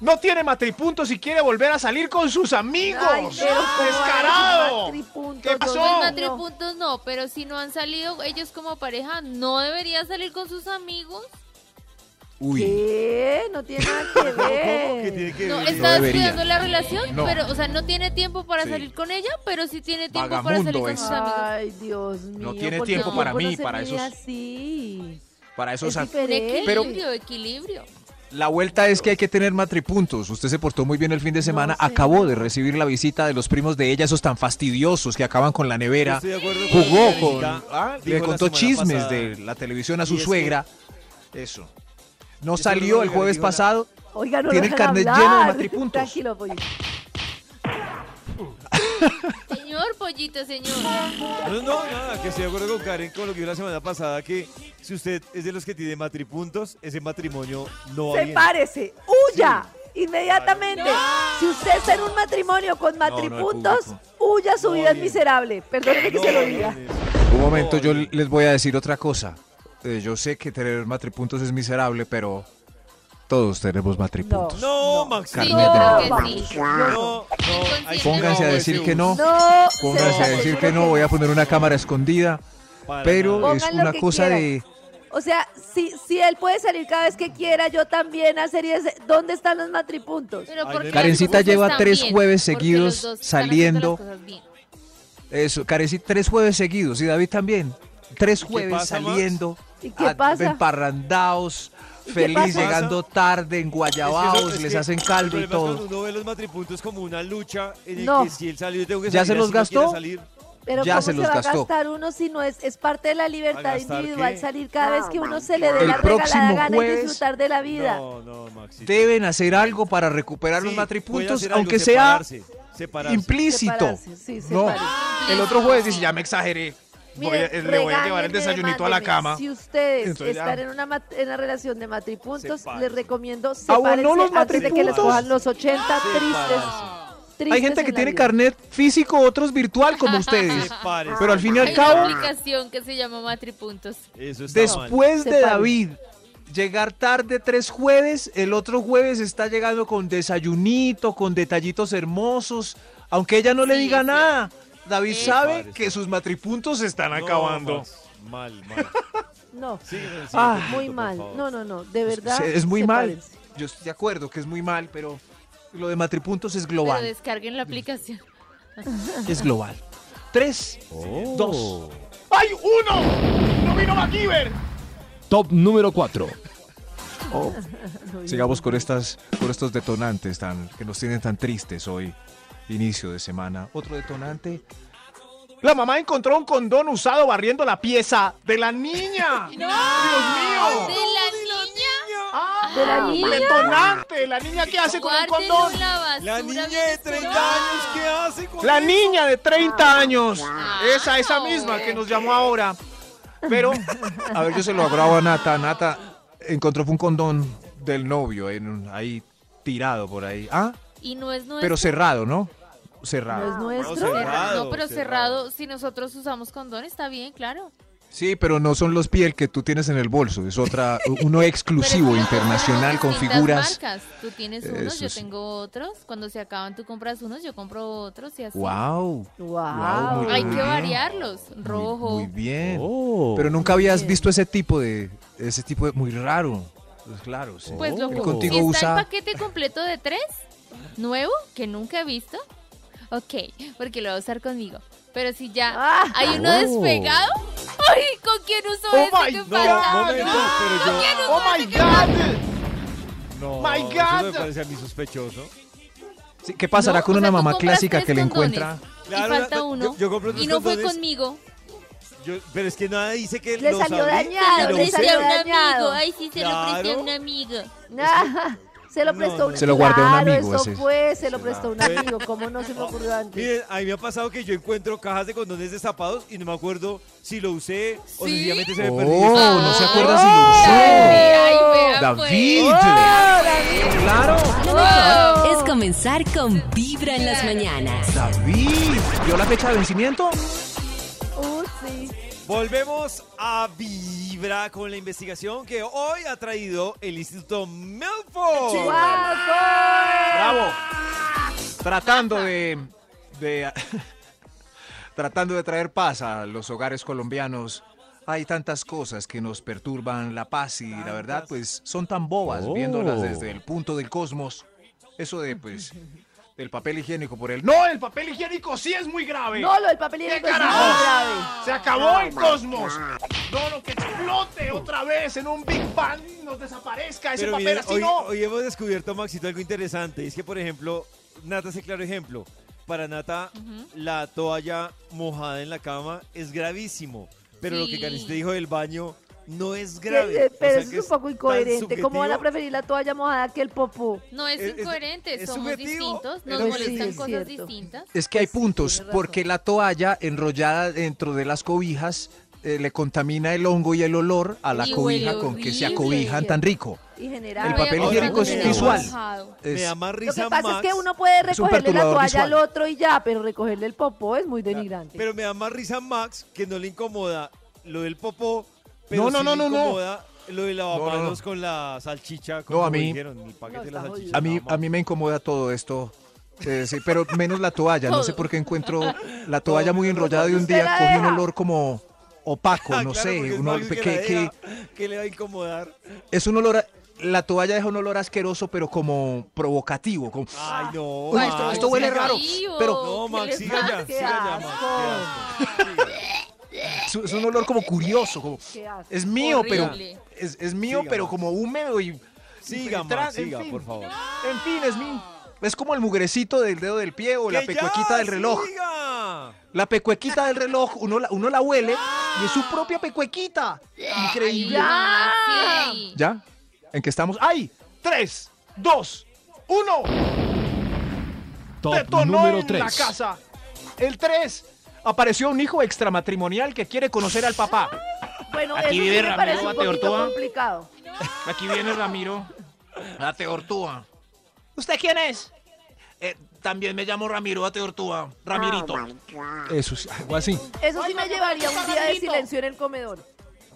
Speaker 3: No tiene matripuntos y quiere volver a salir con sus amigos.
Speaker 4: Ay, pero ¿cómo
Speaker 3: Descarado.
Speaker 4: hay matripuntos?
Speaker 3: ¿Qué
Speaker 4: Dios
Speaker 3: pasó?
Speaker 4: mío.
Speaker 2: Pues más tres puntos no, pero si no han salido ellos como pareja, ¿no deberían salir con sus amigos?
Speaker 3: Uy.
Speaker 4: ¿Qué? No
Speaker 3: (laughs)
Speaker 4: tiene nada que
Speaker 1: ¿Cómo? ¿Qué
Speaker 4: ver.
Speaker 1: tiene que
Speaker 2: No,
Speaker 1: ver?
Speaker 2: está
Speaker 3: debería.
Speaker 2: estudiando la relación,
Speaker 3: No.
Speaker 2: pero, o sea, no tiene tiempo para
Speaker 3: Sí.
Speaker 2: salir con ella, pero sí tiene tiempo
Speaker 3: Vagamundo
Speaker 2: para salir con
Speaker 3: es.
Speaker 2: sus amigos.
Speaker 4: Ay, Dios mío.
Speaker 3: No tiene
Speaker 4: ¿por qué
Speaker 3: tiempo
Speaker 4: el
Speaker 3: para
Speaker 4: tiempo
Speaker 3: mí,
Speaker 4: no se
Speaker 3: para
Speaker 4: mide
Speaker 3: esos-
Speaker 4: Así.
Speaker 3: Para eso,
Speaker 4: Es
Speaker 3: sa-
Speaker 2: Un
Speaker 4: diferente.
Speaker 3: Pero-
Speaker 2: equilibrio, equilibrio.
Speaker 3: la vuelta es que hay que tener matripuntos. Usted se portó muy bien el fin de semana.
Speaker 4: sé.
Speaker 3: Acabó de recibir la visita de los primos de ella, esos tan fastidiosos que acaban con la
Speaker 1: Yo
Speaker 3: nevera.
Speaker 1: estoy de acuerdo con lo
Speaker 3: Jugó
Speaker 1: que
Speaker 3: con.
Speaker 1: Karencita
Speaker 3: ah,
Speaker 1: dijo
Speaker 3: le
Speaker 1: la
Speaker 3: contó
Speaker 1: semana
Speaker 3: chismes
Speaker 1: pasada.
Speaker 3: de la televisión
Speaker 1: Y
Speaker 3: a su
Speaker 1: es que-
Speaker 3: suegra. Eso. No
Speaker 1: estoy de acuerdo
Speaker 3: salió
Speaker 1: con
Speaker 3: el
Speaker 1: lo que
Speaker 3: jueves
Speaker 1: dijo la-
Speaker 3: pasado.
Speaker 4: Oiga, no
Speaker 3: Tiene el
Speaker 4: lo dejan
Speaker 3: carnet lleno
Speaker 4: hablar.
Speaker 3: de matripuntos.
Speaker 4: Tranquilo, pollo.
Speaker 2: Señor pollito, señor.
Speaker 1: No, no, nada, que estoy de acuerdo con Karen con lo que dijo la semana pasada, que si usted es de los que tiene matripuntos, ese matrimonio no va bien.
Speaker 4: Sepárese, huya inmediatamente. Si usted está en un matrimonio con matripuntos,
Speaker 3: público.
Speaker 4: huya, su
Speaker 1: No,
Speaker 4: vida es
Speaker 1: bien.
Speaker 4: miserable. Perdóneme que
Speaker 1: No
Speaker 4: se lo
Speaker 1: va
Speaker 4: diga.
Speaker 1: bien
Speaker 3: Un momento,
Speaker 1: No,
Speaker 3: yo
Speaker 1: bien.
Speaker 3: les voy a decir otra cosa. Eh, yo sé que tener matripuntos es miserable, pero todos tenemos matripuntos.
Speaker 1: No,
Speaker 4: No.
Speaker 1: Max.
Speaker 2: Sí,
Speaker 3: Carnet
Speaker 2: yo
Speaker 3: de
Speaker 2: creo
Speaker 4: nota.
Speaker 2: que sí.
Speaker 1: No, no, ahí sí
Speaker 3: Pónganse a
Speaker 1: no,
Speaker 3: decir
Speaker 1: ese
Speaker 3: que no.
Speaker 4: No, se
Speaker 3: Pónganse a
Speaker 4: lo
Speaker 3: decir
Speaker 4: juro
Speaker 3: que no. Voy a poner una cámara escondida.
Speaker 1: Para
Speaker 3: Pero
Speaker 1: nada.
Speaker 3: es
Speaker 4: Pongan lo
Speaker 3: una
Speaker 4: que
Speaker 3: cosa
Speaker 4: quieran.
Speaker 3: de.
Speaker 4: O sea, si, si él puede salir cada vez que quiera, yo también a series. ¿Dónde están los matripuntos?
Speaker 2: Pero
Speaker 1: Ay,
Speaker 2: porque las
Speaker 3: Karencita
Speaker 2: cosas
Speaker 3: lleva
Speaker 2: están
Speaker 3: tres
Speaker 2: bien,
Speaker 3: jueves
Speaker 2: porque
Speaker 3: seguidos
Speaker 2: los dos están haciendo las cosas bien.
Speaker 3: Eso, carecí tres jueves seguidos y David también. Tres
Speaker 1: ¿Y qué
Speaker 3: jueves
Speaker 1: pasa, Max?
Speaker 3: saliendo,
Speaker 4: ¿Y qué
Speaker 3: a-
Speaker 4: pasa?
Speaker 3: emparrandados,
Speaker 4: qué
Speaker 3: feliz,
Speaker 4: pasa?
Speaker 3: llegando tarde, en
Speaker 1: Es que eso-
Speaker 3: guayabaos,
Speaker 1: es
Speaker 3: les
Speaker 1: que
Speaker 3: hacen
Speaker 1: el
Speaker 3: caldo y
Speaker 1: problema es
Speaker 3: todo.
Speaker 1: Cuando uno ve los matripuntos como una lucha en el
Speaker 4: No.
Speaker 1: que si él salió, yo tengo que
Speaker 3: ¿Ya
Speaker 1: salir,
Speaker 3: se los
Speaker 1: así no quiera
Speaker 3: gastó?
Speaker 1: salir.
Speaker 4: Pero
Speaker 3: Ya
Speaker 4: ¿cómo
Speaker 3: se
Speaker 4: se,
Speaker 3: los
Speaker 4: va
Speaker 3: gastó.
Speaker 4: a gastar uno si no es, es parte de la libertad
Speaker 1: gastar
Speaker 4: individual
Speaker 1: qué?
Speaker 4: salir cada vez que uno se le dé
Speaker 3: El
Speaker 4: la regalada
Speaker 3: próximo
Speaker 4: gana y
Speaker 3: jueves-
Speaker 4: disfrutar de la vida?
Speaker 1: No, no, Maxito.
Speaker 3: Deben hacer algo para recuperar
Speaker 1: Sí,
Speaker 3: los
Speaker 1: puede
Speaker 3: matripuntos,
Speaker 1: hacer algo,
Speaker 3: aunque sea
Speaker 1: separarse, separarse.
Speaker 3: implícito.
Speaker 4: Separarse, sí,
Speaker 3: No,
Speaker 4: separarse.
Speaker 3: el otro jueves dice, ya me exageré. Voy a- eh,
Speaker 4: Miren,
Speaker 3: le voy a llevar el
Speaker 4: regáñenme,
Speaker 3: desayunito a la
Speaker 4: demándenme.
Speaker 3: cama.
Speaker 4: Si ustedes
Speaker 3: Entonces ya.
Speaker 4: están en una, mat- en una relación de matripuntos,
Speaker 1: Sepárense.
Speaker 4: les recomiendo
Speaker 3: Abonó
Speaker 4: sepárense
Speaker 3: los
Speaker 4: antes de que les
Speaker 3: matripuntos.
Speaker 4: cojan los 80 tristes,
Speaker 1: Separarse.
Speaker 4: tristes
Speaker 3: Hay gente
Speaker 4: en
Speaker 3: que
Speaker 4: la
Speaker 3: tiene
Speaker 4: vida.
Speaker 3: carnet físico, otros virtual como ustedes.
Speaker 1: Sepárese.
Speaker 3: Pero al fin y
Speaker 2: Hay
Speaker 3: al
Speaker 2: una
Speaker 3: cabo,
Speaker 2: aplicación que se llama Matripuntos.
Speaker 1: Eso está mal.
Speaker 3: después de
Speaker 4: Separen.
Speaker 3: David llegar tarde tres jueves, el otro jueves está llegando con desayunito, con detallitos hermosos, aunque ella no le
Speaker 2: Sí,
Speaker 3: diga
Speaker 2: sí.
Speaker 3: nada. David
Speaker 2: Sí.
Speaker 3: sabe que sus matripuntos se están acabando.
Speaker 1: Mal, mal.
Speaker 4: No,
Speaker 1: Sígueme, sígueme,
Speaker 3: Ah.
Speaker 4: muy
Speaker 1: por
Speaker 4: mal.
Speaker 1: favor.
Speaker 4: No, no, no. De verdad.
Speaker 3: Se- es muy mal.
Speaker 4: sepárense.
Speaker 3: Yo estoy de acuerdo que es muy mal, pero lo de matripuntos es
Speaker 2: Pero
Speaker 3: global.
Speaker 2: descarguen la aplicación.
Speaker 3: Es global. Tres, dos,
Speaker 5: ¡Hay uno! ¡No vino MacGyver!
Speaker 6: Top número 4.
Speaker 3: Oh.
Speaker 4: No,
Speaker 3: Sigamos con estas, con estos detonantes tan, que nos tienen tan tristes hoy, inicio de semana. Otro detonante.
Speaker 5: La mamá encontró un condón usado barriendo la pieza de la niña. (laughs) ¡No! ¡Dios mío!
Speaker 2: ¿De la niña?
Speaker 5: ¡Ah!
Speaker 4: ¿De la niña?
Speaker 5: ¡Detonante! ¿La niña qué hace con el
Speaker 2: Guárdenlo
Speaker 5: condón?
Speaker 2: en la basura.
Speaker 1: La niña de 30 años, ¿qué hace con
Speaker 3: La niña de 30 años.
Speaker 5: Esa, esa misma que nos llamó ahora.
Speaker 3: Pero, a ver, yo se lo agravo a Nata. Nata encontró un condón del novio en un- ahí tirado por ahí. Ah,
Speaker 2: Y no es nuestro.
Speaker 3: pero cerrado, ¿no?
Speaker 4: ¿No es
Speaker 3: Cerrado.
Speaker 4: nuestro?
Speaker 1: cerrado.
Speaker 2: cerrado, no, pero
Speaker 1: cerrado.
Speaker 2: cerrado. Si nosotros usamos condón, está bien, claro.
Speaker 3: Sí, pero no son los piel que tú tienes en el bolso. Es otra, uno exclusivo
Speaker 2: Pero es que
Speaker 3: internacional con
Speaker 2: nosotros tenemos distintas
Speaker 3: figuras.
Speaker 2: marcas. Tú tienes unos,
Speaker 3: Eso
Speaker 2: yo
Speaker 3: sí.
Speaker 2: tengo otros. Cuando se acaban, tú compras unos, yo compro otros y así.
Speaker 3: Wow.
Speaker 4: Wow.
Speaker 3: muy
Speaker 2: Hay
Speaker 3: bien.
Speaker 2: que variarlos. Rojo.
Speaker 3: Muy, muy bien.
Speaker 1: Oh.
Speaker 3: Pero nunca habías
Speaker 4: bien.
Speaker 3: visto ese tipo de, ese tipo de muy raro. Pues claro, sí.
Speaker 2: Pues
Speaker 1: Oh.
Speaker 2: lo
Speaker 1: El
Speaker 2: que-
Speaker 3: contigo
Speaker 2: si
Speaker 3: usa-
Speaker 2: está el paquete completo de tres, nuevo, que nunca he visto, ok, porque lo va a usar conmigo. Pero si ya
Speaker 4: Ah.
Speaker 2: hay uno
Speaker 1: Oh.
Speaker 2: despegado, ¡ay! ¿Con quién uso
Speaker 5: Oh
Speaker 2: ese
Speaker 5: my
Speaker 2: que
Speaker 5: God.
Speaker 2: falta?
Speaker 1: No, momento, pero yo-
Speaker 2: ¿Con quién uso
Speaker 5: ¡Oh, my
Speaker 2: ese que
Speaker 5: God!
Speaker 1: No,
Speaker 5: My
Speaker 1: Eso me
Speaker 5: God.
Speaker 1: parece a mí sospechoso.
Speaker 3: Sí, ¿Qué pasará
Speaker 2: No,
Speaker 3: con
Speaker 2: o
Speaker 3: una
Speaker 2: sea, tú
Speaker 3: mamá
Speaker 2: compras
Speaker 3: clásica
Speaker 2: tres
Speaker 3: que le
Speaker 2: condones
Speaker 3: encuentra?
Speaker 2: y
Speaker 1: Claro,
Speaker 2: falta
Speaker 1: yo-
Speaker 2: uno?
Speaker 1: yo compro tres
Speaker 2: y no fue
Speaker 1: condones.
Speaker 2: conmigo.
Speaker 1: Yo- pero es que nada dice que
Speaker 4: Le
Speaker 1: lo
Speaker 4: salió
Speaker 1: sabía,
Speaker 4: dañado,
Speaker 1: que lo
Speaker 4: le
Speaker 2: presté
Speaker 1: usé.
Speaker 4: salió
Speaker 2: a un
Speaker 4: dañado.
Speaker 2: amigo. Ay, sí, se lo presté a
Speaker 1: Claro.
Speaker 2: un amigo.
Speaker 4: Nah, se lo
Speaker 1: No,
Speaker 4: prestó
Speaker 1: no.
Speaker 4: un
Speaker 3: Se lo guardé a un
Speaker 4: Claro,
Speaker 3: amigo,
Speaker 4: Eso
Speaker 3: ese.
Speaker 4: fue, se lo
Speaker 1: Se
Speaker 4: prestó
Speaker 1: la-
Speaker 4: un amigo. ¿Cómo no se me ocurrió antes?
Speaker 1: Miren, a mí me ha pasado que yo encuentro cajas de condones destapados y no me acuerdo si lo usé o
Speaker 2: ¿Sí?
Speaker 1: sencillamente se me perdió. Ah.
Speaker 3: Oh, no se acuerda si
Speaker 2: Ay,
Speaker 3: lo
Speaker 2: ay, vea,
Speaker 3: usó.
Speaker 2: pues.
Speaker 3: David. Claro.
Speaker 7: Lo
Speaker 2: Wow.
Speaker 7: mejor es comenzar con Vibra en las mañanas.
Speaker 3: David. ¿Vio la fecha de vencimiento?
Speaker 4: Uh, sí.
Speaker 1: Volvemos a Vibra con la investigación que hoy ha traído el Instituto Milford. (laughs)
Speaker 3: Bravo. Tratando de, de- (laughs) tratando de traer paz a los hogares colombianos. Hay tantas cosas que nos perturban la paz y la verdad, pues son tan bobas
Speaker 1: Oh.
Speaker 3: viéndolas desde el punto del cosmos. Eso de pues el papel higiénico por el no,
Speaker 5: ¡El papel higiénico sí es muy grave!
Speaker 4: No, lo del papel higiénico es muy
Speaker 5: carajos?
Speaker 4: grave.
Speaker 5: ¡Se acabó
Speaker 1: Oh
Speaker 5: el cosmos! ¡No, no, que explote otra vez en un Big Bang y nos desaparezca ese
Speaker 1: Pero
Speaker 5: papel!
Speaker 1: miren,
Speaker 5: ¡Así
Speaker 1: hoy,
Speaker 5: no!
Speaker 1: hoy hemos descubierto, Maxito, algo interesante. Es que, por ejemplo, Nata es el claro ejemplo. Para Nata,
Speaker 2: Ujú.
Speaker 1: la toalla mojada en la cama es gravísimo. Pero lo que
Speaker 2: Sí.
Speaker 1: Karencita dijo del baño no es
Speaker 4: Sí,
Speaker 1: grave.
Speaker 4: eh,
Speaker 1: O
Speaker 4: Pero
Speaker 1: sea
Speaker 4: eso
Speaker 1: que
Speaker 4: es un poco
Speaker 1: tan
Speaker 4: incoherente. ¿Cómo van a
Speaker 1: subjetivo.
Speaker 4: preferir la toalla mojada que el popó?
Speaker 2: No es,
Speaker 1: Es- es-
Speaker 2: incoherente,
Speaker 1: es
Speaker 2: somos
Speaker 1: subjetivo,
Speaker 2: distintos, nos
Speaker 1: pero
Speaker 4: sí,
Speaker 2: molestan
Speaker 4: es
Speaker 2: cosas
Speaker 4: cierto.
Speaker 2: distintas.
Speaker 3: es que hay puntos
Speaker 4: tiene razón.
Speaker 3: porque la toalla enrollada dentro de las cobijas eh, le contamina el hongo y el olor a la
Speaker 2: Y
Speaker 3: cobija
Speaker 2: huele
Speaker 3: con que se
Speaker 2: horrible.
Speaker 3: acobijan tan rico.
Speaker 4: Y general.
Speaker 3: El papel
Speaker 2: Voy a
Speaker 3: higiénico
Speaker 2: comprar
Speaker 3: es
Speaker 2: un
Speaker 3: visual.
Speaker 2: mojado.
Speaker 3: Es-
Speaker 1: Me da más
Speaker 4: Lo
Speaker 1: risa
Speaker 4: que pasa es
Speaker 1: Max.
Speaker 4: que uno puede
Speaker 3: Es un
Speaker 4: recogerle la
Speaker 3: perturbador
Speaker 4: toalla
Speaker 3: visual.
Speaker 4: al otro y ya, pero recogerle el popó es muy denigrante.
Speaker 1: Pero me da más risa Max que no le incomoda lo del popó. Pero
Speaker 3: No, no,
Speaker 1: sí
Speaker 3: no,
Speaker 1: le
Speaker 3: no, no.
Speaker 1: incomoda Lo de lavamanos
Speaker 3: No, no, no.
Speaker 1: con la salchicha,
Speaker 3: No,
Speaker 1: como
Speaker 3: a mí-
Speaker 1: dijeron, el paquete
Speaker 4: No,
Speaker 1: de la
Speaker 4: está
Speaker 1: salchicha.
Speaker 4: jodido.
Speaker 3: A mí,
Speaker 1: nada
Speaker 3: a mí me incomoda todo esto. eh, sí, pero menos la toalla. No sé
Speaker 2: Todo.
Speaker 3: por qué encuentro la toalla muy enrollada de un
Speaker 4: Usted
Speaker 3: día
Speaker 4: la
Speaker 3: coge un
Speaker 4: deja.
Speaker 3: olor como opaco,
Speaker 1: Ah,
Speaker 3: no
Speaker 1: claro, porque
Speaker 3: sé.
Speaker 1: es
Speaker 3: un olor
Speaker 1: Max que
Speaker 3: que-
Speaker 1: la
Speaker 3: que-
Speaker 1: deja. ¿Qué le va a incomodar?
Speaker 3: es un olor. a- la toalla deja un olor asqueroso, pero como provocativo. como-
Speaker 1: Ay, no.
Speaker 3: Uy, esto-
Speaker 1: Max,
Speaker 3: esto huele
Speaker 1: siga.
Speaker 3: raro,
Speaker 2: Dios,
Speaker 3: pero-
Speaker 1: No,
Speaker 2: ¿qué
Speaker 1: Max,
Speaker 2: les
Speaker 1: siga
Speaker 2: pasa?
Speaker 1: ya, siga ya, Max. qué asco.
Speaker 3: es, es un olor como curioso. como-
Speaker 4: Qué asco.
Speaker 3: es mío,
Speaker 2: Horrible.
Speaker 3: pero. Es, es mío,
Speaker 1: Siga,
Speaker 3: pero
Speaker 1: Max.
Speaker 3: como húmedo y.
Speaker 1: Siga,
Speaker 3: infiltrante,
Speaker 1: Max, siga,
Speaker 3: en fin.
Speaker 1: por favor.
Speaker 3: En fin, es mi. Es como el mugrecito del dedo del pie o la
Speaker 1: ¡Que
Speaker 3: pecuequita
Speaker 1: ya,
Speaker 3: del reloj. Ah,
Speaker 1: siga!
Speaker 3: La pecuequita del reloj, uno la, uno la huele y es su propia pecuequita. Increíble.
Speaker 2: Ya. Sí.
Speaker 3: ¿Ya? ¿En qué estamos?
Speaker 5: ¡Ay! ¡Tres, dos, uno!
Speaker 6: Top
Speaker 5: ¡Detonó
Speaker 6: número
Speaker 5: en la
Speaker 6: 3.
Speaker 5: casa! El tres. Apareció un hijo extramatrimonial que quiere conocer al papá.
Speaker 4: Bueno,
Speaker 5: Aquí
Speaker 4: eso sí
Speaker 5: vive
Speaker 4: me
Speaker 5: Ramiro
Speaker 4: parece un poquito
Speaker 5: Bateortúa.
Speaker 4: complicado.
Speaker 5: Aquí viene Ramiro.
Speaker 3: La Teortúa. Eh,
Speaker 5: ¿Usted quién es?
Speaker 3: también me llamo Ramiro a Teortúa. Ramirito. Eso sí, algo así.
Speaker 4: Eso sí me llevaría un día de silencio en el comedor.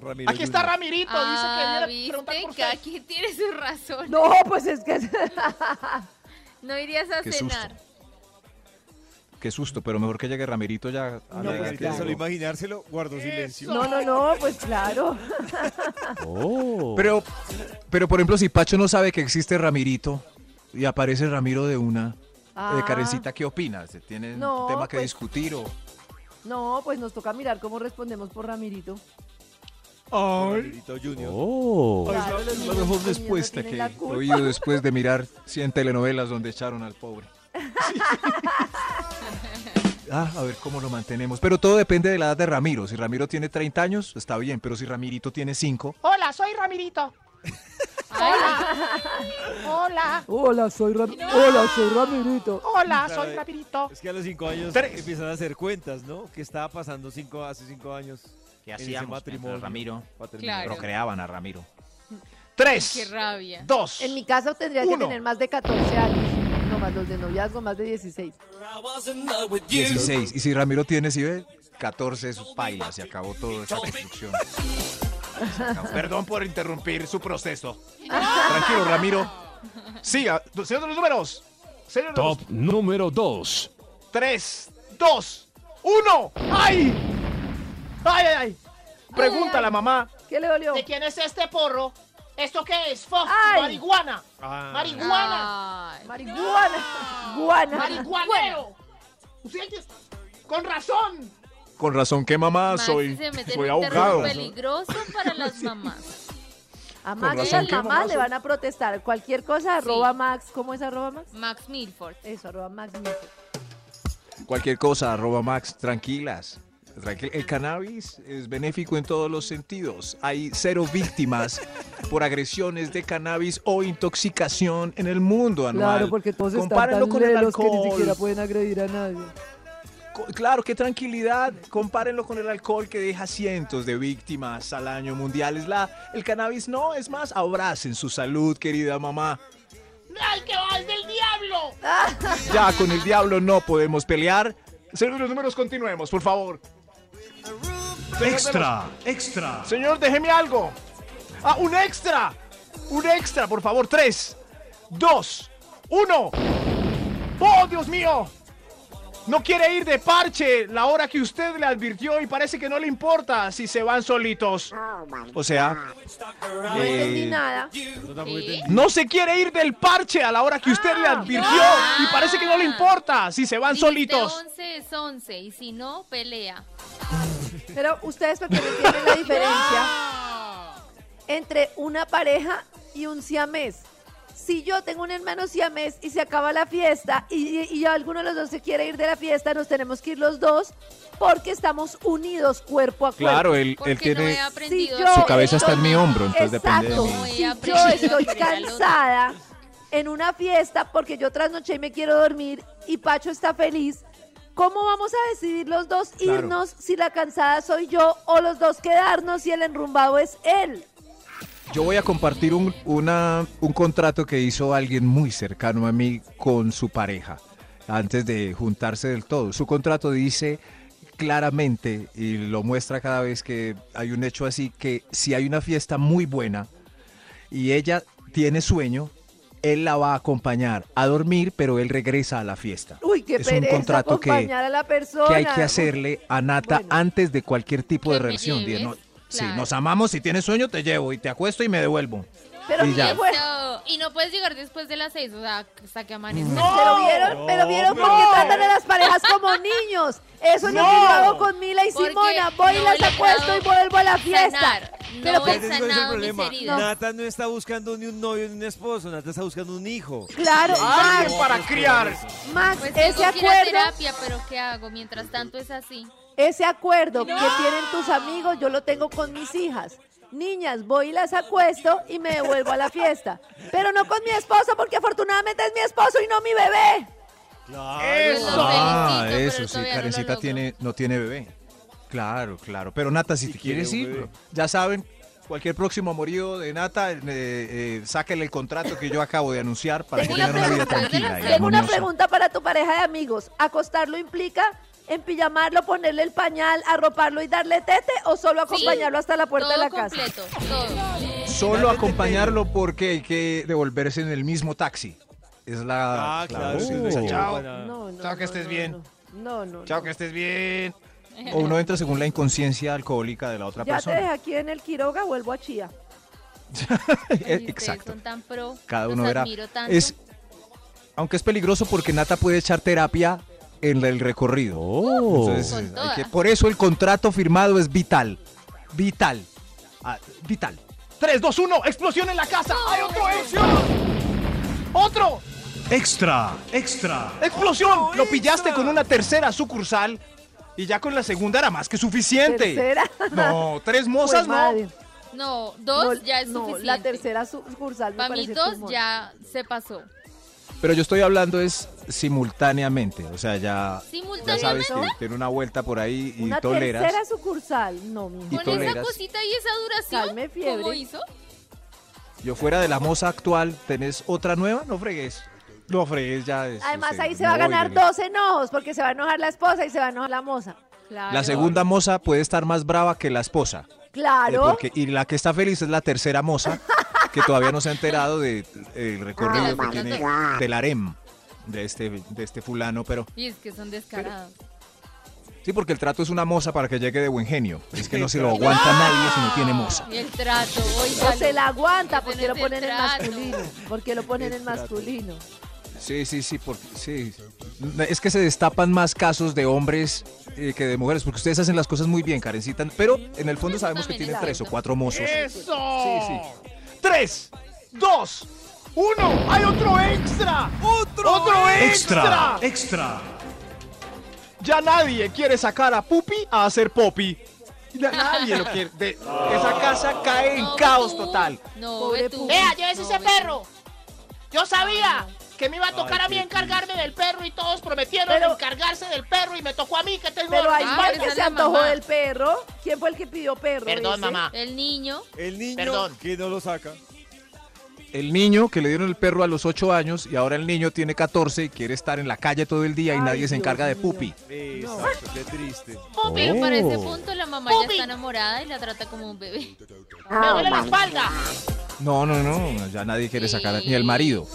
Speaker 1: Ramiro
Speaker 5: Aquí está
Speaker 1: Junior.
Speaker 5: Ramirito,
Speaker 2: Ah,
Speaker 5: dice que viene a preguntar por
Speaker 2: viste,
Speaker 5: usted.
Speaker 2: cada quien tiene su razón.
Speaker 4: No, pues es (laughs) que.
Speaker 2: No irías a
Speaker 3: Qué susto.
Speaker 2: cenar.
Speaker 3: Qué susto, pero mejor que llegue Ramirito ya. a
Speaker 4: No,
Speaker 3: la edad
Speaker 1: Ahorita
Speaker 3: que
Speaker 4: claro.
Speaker 1: pues solo
Speaker 3: llegó.
Speaker 1: imaginárselo, guardo silencio.
Speaker 4: No, no, no, pues claro.
Speaker 3: Pero, pero por ejemplo, si Pacho no sabe que existe Ramirito y aparece Ramiro de una,
Speaker 4: Ah.
Speaker 3: eh, Karencita, ¿qué opinas? ¿Tienen
Speaker 4: No,
Speaker 3: un tema que
Speaker 4: pues-
Speaker 3: discutir o
Speaker 4: No, pues nos toca mirar cómo respondemos por Ramirito.
Speaker 1: Ramirito Junior.
Speaker 3: Oh.
Speaker 4: Claro, los
Speaker 3: la
Speaker 4: niños- los
Speaker 3: mejor
Speaker 4: niños no
Speaker 3: respuesta
Speaker 4: tienen
Speaker 3: que
Speaker 4: la
Speaker 3: he
Speaker 4: culpa.
Speaker 3: oído después
Speaker 2: (laughs)
Speaker 3: de mirar 100 telenovelas donde echaron al pobre? (laughs) Ah, a ver cómo lo mantenemos. Pero todo depende de la edad de Ramiro. Si Ramiro tiene 30 años, está bien. Pero si Ramirito tiene 5,
Speaker 5: Hola, soy Ramirito. Hola. Hola.
Speaker 4: Hola, soy Ramirito. Hola, soy Ramirito.
Speaker 5: Hola,
Speaker 1: Claro,
Speaker 5: soy
Speaker 1: eh.
Speaker 5: Ramirito.
Speaker 1: Es que a los cinco años
Speaker 5: Tres.
Speaker 1: empiezan a hacer cuentas, ¿no? ¿Qué estaba pasando cinco, hace cinco años?
Speaker 3: ¿Qué
Speaker 1: en ese
Speaker 3: hacíamos mientras Ramiro
Speaker 1: para terminar?
Speaker 2: Claro.
Speaker 3: procreaban a Ramiro.
Speaker 2: Qué
Speaker 5: Tres,
Speaker 2: rabia.
Speaker 5: dos.
Speaker 4: En mi caso tendría que
Speaker 5: Uno.
Speaker 4: tener más de 14 años. No, más los de noviazgo, más de 16.
Speaker 3: 16. Y si Ramiro tiene, si ve, 14 es paila. Se acabó toda esa construcción.
Speaker 5: Perdón por interrumpir su proceso.
Speaker 3: Tranquilo, Ramiro.
Speaker 5: Siga, señor de los números. Señor de los
Speaker 6: Top número 2.
Speaker 5: Tres, dos, uno. ¡Ay! ¡Ay, ay, ay! Pregunta la mamá.
Speaker 4: ¿Qué le dolió?
Speaker 5: ¿De quién es este porro? ¿Esto qué es? Fo-
Speaker 4: Ay.
Speaker 5: ¡Marihuana!
Speaker 1: Ah.
Speaker 5: ¡Marihuana!
Speaker 2: Ay.
Speaker 3: Ah,
Speaker 4: Marihuana. Guana.
Speaker 5: ¡Marihuanero! Usted es- ¡Con razón!
Speaker 3: Con razón, ¿qué mamá?
Speaker 2: Maxi
Speaker 3: Soy,
Speaker 2: se mete en
Speaker 3: soy
Speaker 2: un terreno
Speaker 3: abogado.
Speaker 2: peligroso para las mamás.
Speaker 4: A Max y
Speaker 3: razón
Speaker 4: a
Speaker 3: que
Speaker 4: mamá le van a protestar. Cualquier cosa,
Speaker 2: Sí.
Speaker 4: arroba Max. ¿Cómo es arroba Max?
Speaker 2: Max Milford.
Speaker 4: Eso, arroba Max. Nieto.
Speaker 3: Cualquier cosa, arroba Max, tranquilas. Tranquil- El cannabis es benéfico en todos los sentidos. Hay cero
Speaker 4: (laughs)
Speaker 3: víctimas por agresiones de cannabis o intoxicación en el mundo anual.
Speaker 4: Claro, porque todos están
Speaker 3: Compárenlo
Speaker 4: tan
Speaker 3: con el
Speaker 4: lelos que ni
Speaker 3: alcohol.
Speaker 4: siquiera pueden agredir a nadie.
Speaker 3: Co- Claro, qué tranquilidad. Compárenlo con el alcohol que deja cientos de víctimas al año mundial. Es la, el cannabis no, es más, abracen su salud, querida mamá.
Speaker 5: ¡Ay, que vas del diablo!
Speaker 3: Ya con el diablo no podemos pelear. Señor de los números, continuemos, por favor.
Speaker 6: Extra, extra.
Speaker 5: Señor, déjeme algo. ¡Ah, un extra! ¡Un extra, por favor! Tres, dos, uno. ¡Oh, Dios mío! No quiere ir de parche la hora que usted le advirtió y parece que no le importa si se van solitos.
Speaker 3: O sea,
Speaker 4: No entendí
Speaker 3: eh,
Speaker 4: nada.
Speaker 2: ¿Sí?
Speaker 5: No se quiere ir del parche a la hora que usted
Speaker 2: Ah,
Speaker 5: le advirtió y parece que no le importa si se van
Speaker 2: Dijiste
Speaker 5: solitos.
Speaker 2: 11 es 11 y si no, pelea.
Speaker 4: Pero ustedes porque no entienden
Speaker 3: (laughs)
Speaker 4: la diferencia entre una pareja y un siamés. Si yo tengo un hermano siamés y se acaba la fiesta y, y- y alguno de los dos se quiere ir de la fiesta, nos tenemos que ir los dos porque estamos unidos cuerpo a cuerpo.
Speaker 3: claro, él,
Speaker 2: Porque
Speaker 3: él tiene...
Speaker 2: no he aprendido.
Speaker 4: Sí, yo-
Speaker 3: Su cabeza está en mi hombro, entonces depende de
Speaker 4: Exacto.
Speaker 3: mí.
Speaker 2: Como
Speaker 4: Si
Speaker 2: ella
Speaker 4: yo
Speaker 2: aprendió
Speaker 4: estoy
Speaker 2: a querer al otro.
Speaker 4: cansada en una fiesta porque yo trasnoché y me quiero dormir y Pacho está feliz, ¿cómo vamos a decidir los dos
Speaker 3: Claro.
Speaker 4: irnos si la cansada soy yo o los dos quedarnos y el enrumbado es él?
Speaker 3: Yo voy a compartir un, una- un contrato que hizo alguien muy cercano a mí con su pareja antes de juntarse del todo. Su contrato dice claramente y lo muestra cada vez que hay un hecho así que si hay una fiesta muy buena y ella tiene sueño, él la va a acompañar a dormir, pero él regresa a la fiesta.
Speaker 4: Uy, qué
Speaker 3: es un
Speaker 4: pereza
Speaker 3: contrato que,
Speaker 4: acompañar a la persona.
Speaker 3: que hay que hacerle a Nata
Speaker 4: Bueno.
Speaker 3: antes de cualquier tipo de
Speaker 2: Que me
Speaker 3: relación. Dile,
Speaker 2: lleves,
Speaker 3: "No,
Speaker 2: claro.
Speaker 3: Si nos amamos, si tienes sueño, te llevo y te acuesto y me devuelvo.
Speaker 4: Pero, pues,
Speaker 3: Y
Speaker 4: ¿qué
Speaker 3: ya.
Speaker 4: fue?
Speaker 2: Eso. Y no puedes llegar después de las 6, o sea, hasta que amanezca.
Speaker 4: Pero vieron, pero vieron por qué tratan a las parejas como niños. Eso es lo que yo hago con Mila y
Speaker 2: Porque
Speaker 4: Simona. Voy y
Speaker 2: no
Speaker 4: las
Speaker 2: he
Speaker 4: acuesto y
Speaker 2: logrado
Speaker 4: vuelvo a la fiesta.
Speaker 2: sanar.
Speaker 4: Pero
Speaker 2: No
Speaker 4: ¿por
Speaker 2: he
Speaker 3: Pues
Speaker 1: Ese es el
Speaker 2: sanado mis
Speaker 1: problema.
Speaker 2: heridas.
Speaker 1: Nata no está buscando ni un novio ni un esposo, Nata está buscando un hijo.
Speaker 4: Claro, Max,
Speaker 5: Alguien para criar.
Speaker 4: Max,
Speaker 2: Pues tengo
Speaker 4: ese
Speaker 2: que ir a
Speaker 4: acuerdo,
Speaker 2: terapia, pero ¿qué hago? Mientras tanto es así.
Speaker 4: ese acuerdo que tienen tus amigos, yo lo tengo con mis hijas. Niñas, voy y las acuesto y me devuelvo a la fiesta. Pero no con mi esposo, porque afortunadamente es mi esposo y no mi bebé.
Speaker 2: Eso.
Speaker 5: Eso.
Speaker 3: Ah,
Speaker 2: felicito, pero
Speaker 3: eso sí,
Speaker 2: todavía no lo
Speaker 3: Karencita
Speaker 2: logro.
Speaker 3: tiene, no tiene bebé. Claro, claro. Pero Nata, si, te
Speaker 1: quiere
Speaker 3: quieres
Speaker 1: un
Speaker 3: ir,
Speaker 1: bebé.
Speaker 3: ya saben, cualquier próximo amorío de Nata, eh, eh, sáquenle el contrato que yo acabo de anunciar para que
Speaker 4: Tengo
Speaker 3: tengan
Speaker 4: una
Speaker 3: una vida
Speaker 2: pregunta,
Speaker 3: tranquila. y
Speaker 4: Tengo una
Speaker 3: armoniosa.
Speaker 4: pregunta para tu pareja de amigos. ¿Acostarlo implica empillamarlo, ponerle el pañal, arroparlo y darle tete o solo acompañarlo hasta la puerta de la casa? (laughs) Eh,
Speaker 2: completo, todo.
Speaker 3: Solo acompañarlo porque hay que devolverse en el mismo taxi. Es la.
Speaker 1: Ah, claro.
Speaker 3: la-
Speaker 1: sí,
Speaker 3: uh,
Speaker 1: exacto,
Speaker 5: Chao.
Speaker 1: para-
Speaker 4: No, no.
Speaker 5: Ah. Chao,
Speaker 4: no,
Speaker 5: que estés
Speaker 4: no,
Speaker 5: bien.
Speaker 4: No, no. no,
Speaker 5: Chao,
Speaker 4: no.
Speaker 5: que estés bien.
Speaker 3: O uno entra según la inconsciencia alcohólica de la otra
Speaker 4: Ya te
Speaker 3: persona.
Speaker 4: dejé aquí en el Quiroga, vuelvo a Chía.
Speaker 2: Ay, ustedes
Speaker 3: Eh, Exacto.
Speaker 2: son tan pro.
Speaker 3: Cada
Speaker 2: los
Speaker 3: uno verá.
Speaker 2: admiro tanto.
Speaker 3: Es, aunque es peligroso porque Nata puede echar terapia en la- el recorrido. Entonces,
Speaker 2: Con
Speaker 3: hay
Speaker 2: toda.
Speaker 3: que- por eso el contrato firmado es vital. Vital. Ah, vital.
Speaker 5: 3, 2, 1, explosión en la casa. ¡Hay otro explosión! ¡Otro!
Speaker 6: Extra, extra.
Speaker 5: ¡Explosión! Lo pillaste con una tercera sucursal y ya con la segunda era más que suficiente.
Speaker 4: Tercera.
Speaker 5: No, tres mozas
Speaker 4: Pues,
Speaker 5: no.
Speaker 4: madre.
Speaker 2: No, dos
Speaker 4: No,
Speaker 2: ya es
Speaker 4: no,
Speaker 2: suficiente.
Speaker 4: la tercera sucursal me
Speaker 2: Para mí
Speaker 4: parece
Speaker 2: dos
Speaker 4: pulmón.
Speaker 2: ya se pasó.
Speaker 3: Pero yo estoy hablando es simultáneamente. O sea, ya, ya sabes
Speaker 2: Simultáneamente,
Speaker 3: que tiene una vuelta por ahí y
Speaker 4: Una
Speaker 3: toleras.
Speaker 4: tercera sucursal. No, mi
Speaker 3: y
Speaker 2: con esa
Speaker 3: toleras.
Speaker 2: cosita y esa
Speaker 4: Calme,
Speaker 2: duración,
Speaker 4: fiebre.
Speaker 2: ¿cómo hizo?
Speaker 3: Yo fuera de la moza actual, ¿tenés otra nueva? No fregues. No fregues ya. es-
Speaker 4: Además,
Speaker 3: este,
Speaker 4: ahí se
Speaker 3: no
Speaker 4: va a
Speaker 3: voy,
Speaker 4: ganar
Speaker 3: vení.
Speaker 4: dos enojos, porque se va a enojar la esposa y se va a enojar la moza.
Speaker 2: Claro.
Speaker 3: La segunda moza puede estar más brava que la esposa. Eh,
Speaker 4: Claro.
Speaker 3: porque- y la que está feliz es la tercera
Speaker 4: (laughs)
Speaker 3: moza, que todavía no se ha enterado del
Speaker 4: Ah,
Speaker 3: recorrido que tiene del harem de este, de este fulano. Pero
Speaker 2: Y es que son descarados.
Speaker 3: sí, porque el trato es una moza para que llegue de buen genio. Es que no se lo aguanta nadie si no tiene moza.
Speaker 2: Y el trato,
Speaker 4: o
Speaker 2: oiga.
Speaker 4: se la aguanta
Speaker 2: Ese
Speaker 4: porque
Speaker 2: no
Speaker 4: lo
Speaker 2: es el
Speaker 4: ponen en
Speaker 2: trato.
Speaker 4: masculino. Porque lo ponen en masculino.
Speaker 3: Sí, sí, sí, porque sí. Es que se destapan más casos de hombres eh, que de mujeres, porque ustedes hacen las cosas muy bien, Karencita, pero en el fondo
Speaker 2: Eso
Speaker 3: sabemos que
Speaker 2: también
Speaker 3: tienen
Speaker 2: es
Speaker 3: tres o
Speaker 2: cierto.
Speaker 3: cuatro mozos.
Speaker 5: ¡Eso!
Speaker 3: Sí, sí.
Speaker 5: 3, 2, 1. ¡Hay otro extra! ¡Otro,
Speaker 6: Extra,
Speaker 5: extra!
Speaker 6: extra.
Speaker 5: Ya nadie quiere sacar a Pupi a hacer Poppy. Ya nadie lo quiere. De- esa casa cae en
Speaker 2: No,
Speaker 5: caos
Speaker 2: tú,
Speaker 5: total.
Speaker 2: No,
Speaker 4: Pobre
Speaker 2: ve tú.
Speaker 4: Pupi.
Speaker 8: Vea, llévese
Speaker 2: No,
Speaker 8: ese
Speaker 2: ve
Speaker 8: perro. Yo sabía que me iba a
Speaker 1: Ay,
Speaker 8: tocar a mí
Speaker 1: qué
Speaker 8: encargarme del perro y todos prometieron
Speaker 4: Pero-
Speaker 8: encargarse del perro y me tocó a mí que tengo
Speaker 4: Pero ahí
Speaker 8: los
Speaker 4: fue
Speaker 2: Ah,
Speaker 4: el
Speaker 8: malos.
Speaker 2: esa
Speaker 4: que se
Speaker 2: es la
Speaker 4: antojó
Speaker 2: mamá.
Speaker 4: del perro. ¿Quién fue el que pidió perro?
Speaker 8: Perdón,
Speaker 4: ese?
Speaker 8: mamá.
Speaker 2: tú. El niño.
Speaker 1: El niño
Speaker 8: Perdón.
Speaker 1: que no lo saca.
Speaker 3: El niño que le dieron el perro a los ocho años y ahora el niño tiene 14 y quiere estar en la calle todo el día y
Speaker 4: Ay,
Speaker 3: nadie se
Speaker 4: Dios
Speaker 3: encarga de
Speaker 4: mío.
Speaker 3: Pupi.
Speaker 1: Exacto, qué triste.
Speaker 3: Oh.
Speaker 2: Pero para ese punto la mamá ya
Speaker 8: Pupi.
Speaker 2: está enamorada y la trata como un bebé.
Speaker 4: Ah,
Speaker 3: Ah,
Speaker 8: Me duele la espalda.
Speaker 3: No, no, no, ya nadie quiere sacar, a-
Speaker 2: Sí.
Speaker 3: ni el marido.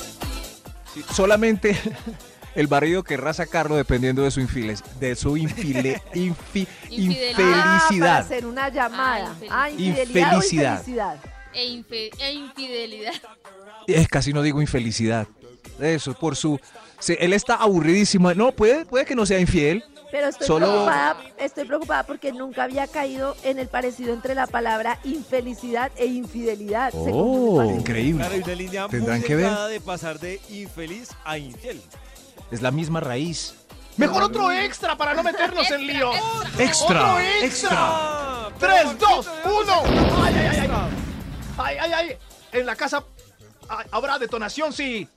Speaker 3: Sí, solamente (laughs) el marido querrá sacarlo dependiendo de su infieles, de su infile- infi-
Speaker 2: Infidelidad.
Speaker 4: Ah, para
Speaker 3: infelicidad.
Speaker 4: hacer una llamada. Ah,
Speaker 2: Ah,
Speaker 4: infidelidad. o
Speaker 3: infelicidad.
Speaker 4: infelicidad.
Speaker 2: E, infe- e infidelidad.
Speaker 3: Es casi no digo infelicidad. Eso, por su... se- él está aburridísimo. No, puede, puede que no sea infiel.
Speaker 4: Pero estoy
Speaker 3: Solo-
Speaker 4: preocupada, estoy preocupada porque nunca había caído en el parecido entre la palabra infelicidad e infidelidad. Se confunde fácil.
Speaker 3: Increíble.
Speaker 1: Claro, hay una línea
Speaker 3: Tendrán
Speaker 1: muy
Speaker 3: que ver.
Speaker 1: delgada de pasar de infeliz a infiel.
Speaker 3: Es la misma raíz.
Speaker 5: Mejor otro extra para no meternos en lío.
Speaker 6: Extra,
Speaker 5: Otro
Speaker 6: extra.
Speaker 1: Ah, pero
Speaker 5: 3,
Speaker 1: Maxito,
Speaker 5: 2,
Speaker 1: ¿de
Speaker 5: 1.
Speaker 1: dónde sacó
Speaker 5: Ay, ay, ay, ay.
Speaker 1: extra?
Speaker 5: Ay, ay, ay. En la casa
Speaker 3: Ah,
Speaker 5: ay, habrá detonación si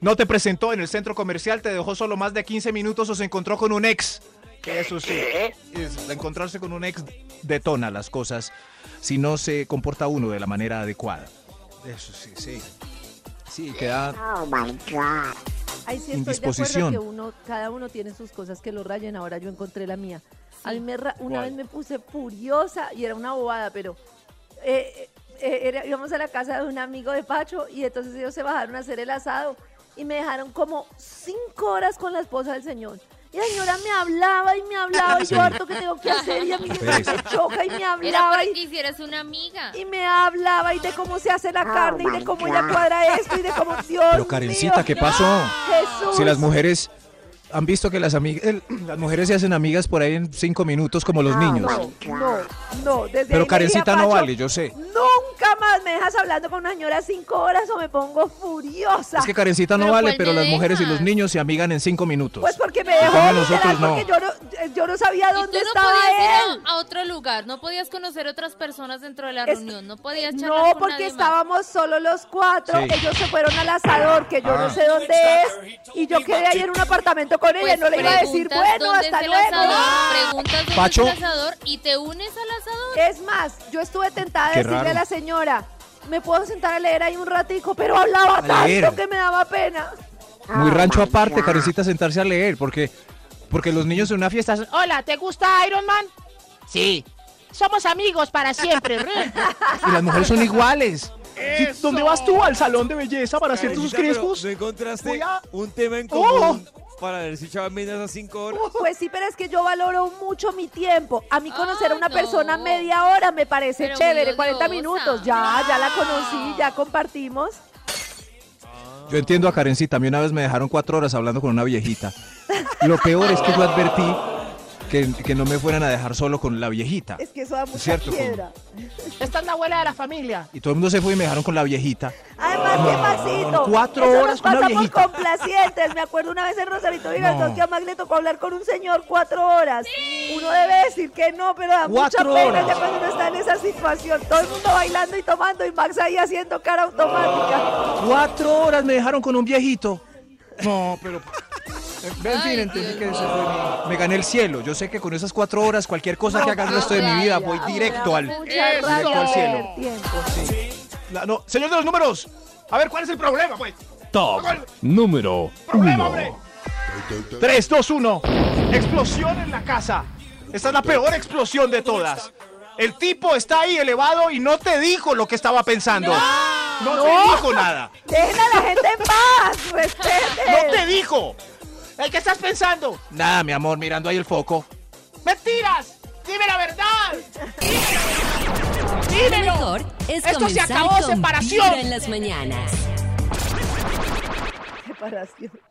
Speaker 5: no te presentó en el centro comercial, te dejó solo más de 15 minutos o se encontró con un ex. Que eso sí. es-
Speaker 3: Encontrarse con un ex detona las cosas si no se comporta uno de la manera adecuada. Eso sí, sí. Sí, queda.
Speaker 4: Ahí sí estoy de acuerdo
Speaker 3: Indisposición.
Speaker 4: que uno, cada uno tiene sus cosas que lo rayen. Ahora yo encontré la mía. A mí me ra- una vez me puse furiosa y era una bobada, pero eh, eh, era- íbamos a la casa de un amigo de Pacho y entonces ellos se bajaron a hacer el asado y me dejaron como cinco horas con la esposa del señor. Y la señora me hablaba y me hablaba y
Speaker 3: Sí. Pues.
Speaker 4: yo harto que tengo que hacer y a mí me
Speaker 3: Pereza.
Speaker 4: choca y me
Speaker 2: Era
Speaker 4: hablaba
Speaker 2: para
Speaker 4: y
Speaker 2: que hicieras una amiga.
Speaker 4: y me hablaba y de cómo se hace la carne y de cómo ella cuadra esto y de cómo Dios
Speaker 3: Pero Karencita,
Speaker 4: mío,
Speaker 3: ¿qué pasó?
Speaker 4: Jesús.
Speaker 3: Si las mujeres han visto que las amigas, (clears throat) las mujeres se hacen amigas por ahí en cinco minutos como los niños.
Speaker 4: No, no, desde
Speaker 3: Pero
Speaker 4: ahí le dije a
Speaker 3: Karencita no
Speaker 4: Pacho,
Speaker 3: vale, yo sé.
Speaker 4: Nunca más me dejas hablando con una señora cinco horas o me pongo furiosa.
Speaker 3: Es que Karencita no
Speaker 2: Pero
Speaker 3: vale,
Speaker 2: ¿cuál
Speaker 3: pero
Speaker 2: me
Speaker 3: las mujeres y
Speaker 2: dejas?
Speaker 3: los niños se amigan en cinco minutos.
Speaker 4: pues porque me
Speaker 3: En
Speaker 4: dejó
Speaker 3: cambio
Speaker 4: literal,
Speaker 3: nosotros no.
Speaker 4: porque yo no, eh, yo no sabía
Speaker 2: Y tú
Speaker 4: dónde
Speaker 2: no
Speaker 4: estaba
Speaker 2: podías ir
Speaker 4: él.
Speaker 2: a, a otro lugar, no podías conocer otras personas dentro de la
Speaker 4: Es-
Speaker 2: reunión, no podías charlar
Speaker 4: No,
Speaker 2: con
Speaker 4: porque
Speaker 2: nadie más.
Speaker 4: estábamos solo los cuatro,
Speaker 3: Sí. Ah.
Speaker 4: ellos se fueron al asador, que yo no sé dónde es, y yo quedé ahí en un apartamento con ella,
Speaker 2: Pues
Speaker 4: no le iba a decir,
Speaker 2: preguntas
Speaker 4: bueno,
Speaker 2: dónde es
Speaker 4: hasta
Speaker 2: el
Speaker 4: luego.
Speaker 2: Asador, preguntas dónde
Speaker 3: Pacho.
Speaker 2: es el asador y te unes al asador.
Speaker 4: Es más, yo estuve tentada de
Speaker 3: Qué
Speaker 4: decirle a
Speaker 3: raro.
Speaker 4: la señora, me puedo sentar a leer ahí un ratico, pero hablaba
Speaker 3: A
Speaker 4: tanto
Speaker 3: leer.
Speaker 4: que me daba pena.
Speaker 2: Ah.
Speaker 3: Muy rancho aparte, Karencita, sentarse a leer, porque Porque los niños en una fiesta son...
Speaker 8: Hola, ¿te gusta Iron Man?
Speaker 3: Sí.
Speaker 8: Somos amigos para siempre. (laughs) re.
Speaker 3: Y las mujeres son iguales. Sí,
Speaker 5: Eso.
Speaker 3: ¿Dónde vas tú al salón de belleza para hacer tus
Speaker 1: Karencita, pero
Speaker 3: crespos?
Speaker 1: ¿No encontraste
Speaker 3: Voy a- ¡Oh!
Speaker 1: un tema en común para ver si Chava Minas a cinco horas?
Speaker 4: Pues sí, pero es que yo valoro mucho mi tiempo. A mí conocer a
Speaker 2: Ah,
Speaker 4: una
Speaker 2: no.
Speaker 4: persona media hora me parece
Speaker 2: Pero muy
Speaker 4: chévere, 40
Speaker 2: odiosa.
Speaker 4: minutos. Ya, ya la conocí, ya compartimos.
Speaker 3: Yo entiendo a Karencita. A mí una vez me dejaron cuatro horas hablando con una viejita. Lo peor es que yo advertí que, que no me fueran a dejar solo con la viejita.
Speaker 4: Es que eso da mucha
Speaker 3: Cierto, como-
Speaker 4: piedra.
Speaker 8: Esta es la abuela de la familia.
Speaker 3: Y todo el mundo se fue y me dejaron con la viejita.
Speaker 4: Además, que Maxito,
Speaker 3: Ah, cuatro
Speaker 4: eso
Speaker 3: horas
Speaker 4: nos
Speaker 3: con una
Speaker 4: pasa
Speaker 3: viejita.
Speaker 4: por complacientes. Me acuerdo una vez en Rosarito Vigaldón
Speaker 3: No.
Speaker 4: que a Max le tocó hablar con un señor cuatro horas. Uno debe decir que no, pero da
Speaker 3: Cuatro
Speaker 4: mucha pena
Speaker 3: horas.
Speaker 4: ya cuando uno está en esa situación. Todo el mundo bailando y tomando y Max ahí haciendo cara automática.
Speaker 3: Cuatro horas me dejaron con un viejito. No, pero.
Speaker 2: en fin, Ay, entendí Dios que ese
Speaker 3: Me gané el cielo. Yo sé que con esas cuatro horas, cualquier cosa que haga el resto de mi vida, voy directo al.
Speaker 4: Mucha
Speaker 2: Eh,
Speaker 5: Eso.
Speaker 4: rabia
Speaker 5: Directo al cielo.
Speaker 4: perder tiempo.
Speaker 5: La- no, señor de los números. A ver, ¿cuál es el problema, pues?
Speaker 6: Top número
Speaker 5: Problema, hombre.
Speaker 6: 1.
Speaker 5: 3, 2, 1. Explosión en la casa. Esta es la peor explosión de todas. El tipo está ahí elevado y no te dijo lo que estaba pensando. No, te dijo nada.
Speaker 4: Dejen a la gente en paz, respeten.
Speaker 5: No te dijo.
Speaker 8: ¿El qué estás pensando?
Speaker 3: Nada, mi amor, mirando ahí el foco.
Speaker 8: ¡Mentiras! ¡Dime la verdad!
Speaker 7: Lo
Speaker 8: ¡Dímelo!
Speaker 7: mejor es
Speaker 8: Esto se
Speaker 7: comenzar
Speaker 8: acabó,
Speaker 7: con
Speaker 8: separación.
Speaker 7: Vibra en las mañanas.
Speaker 4: Separación.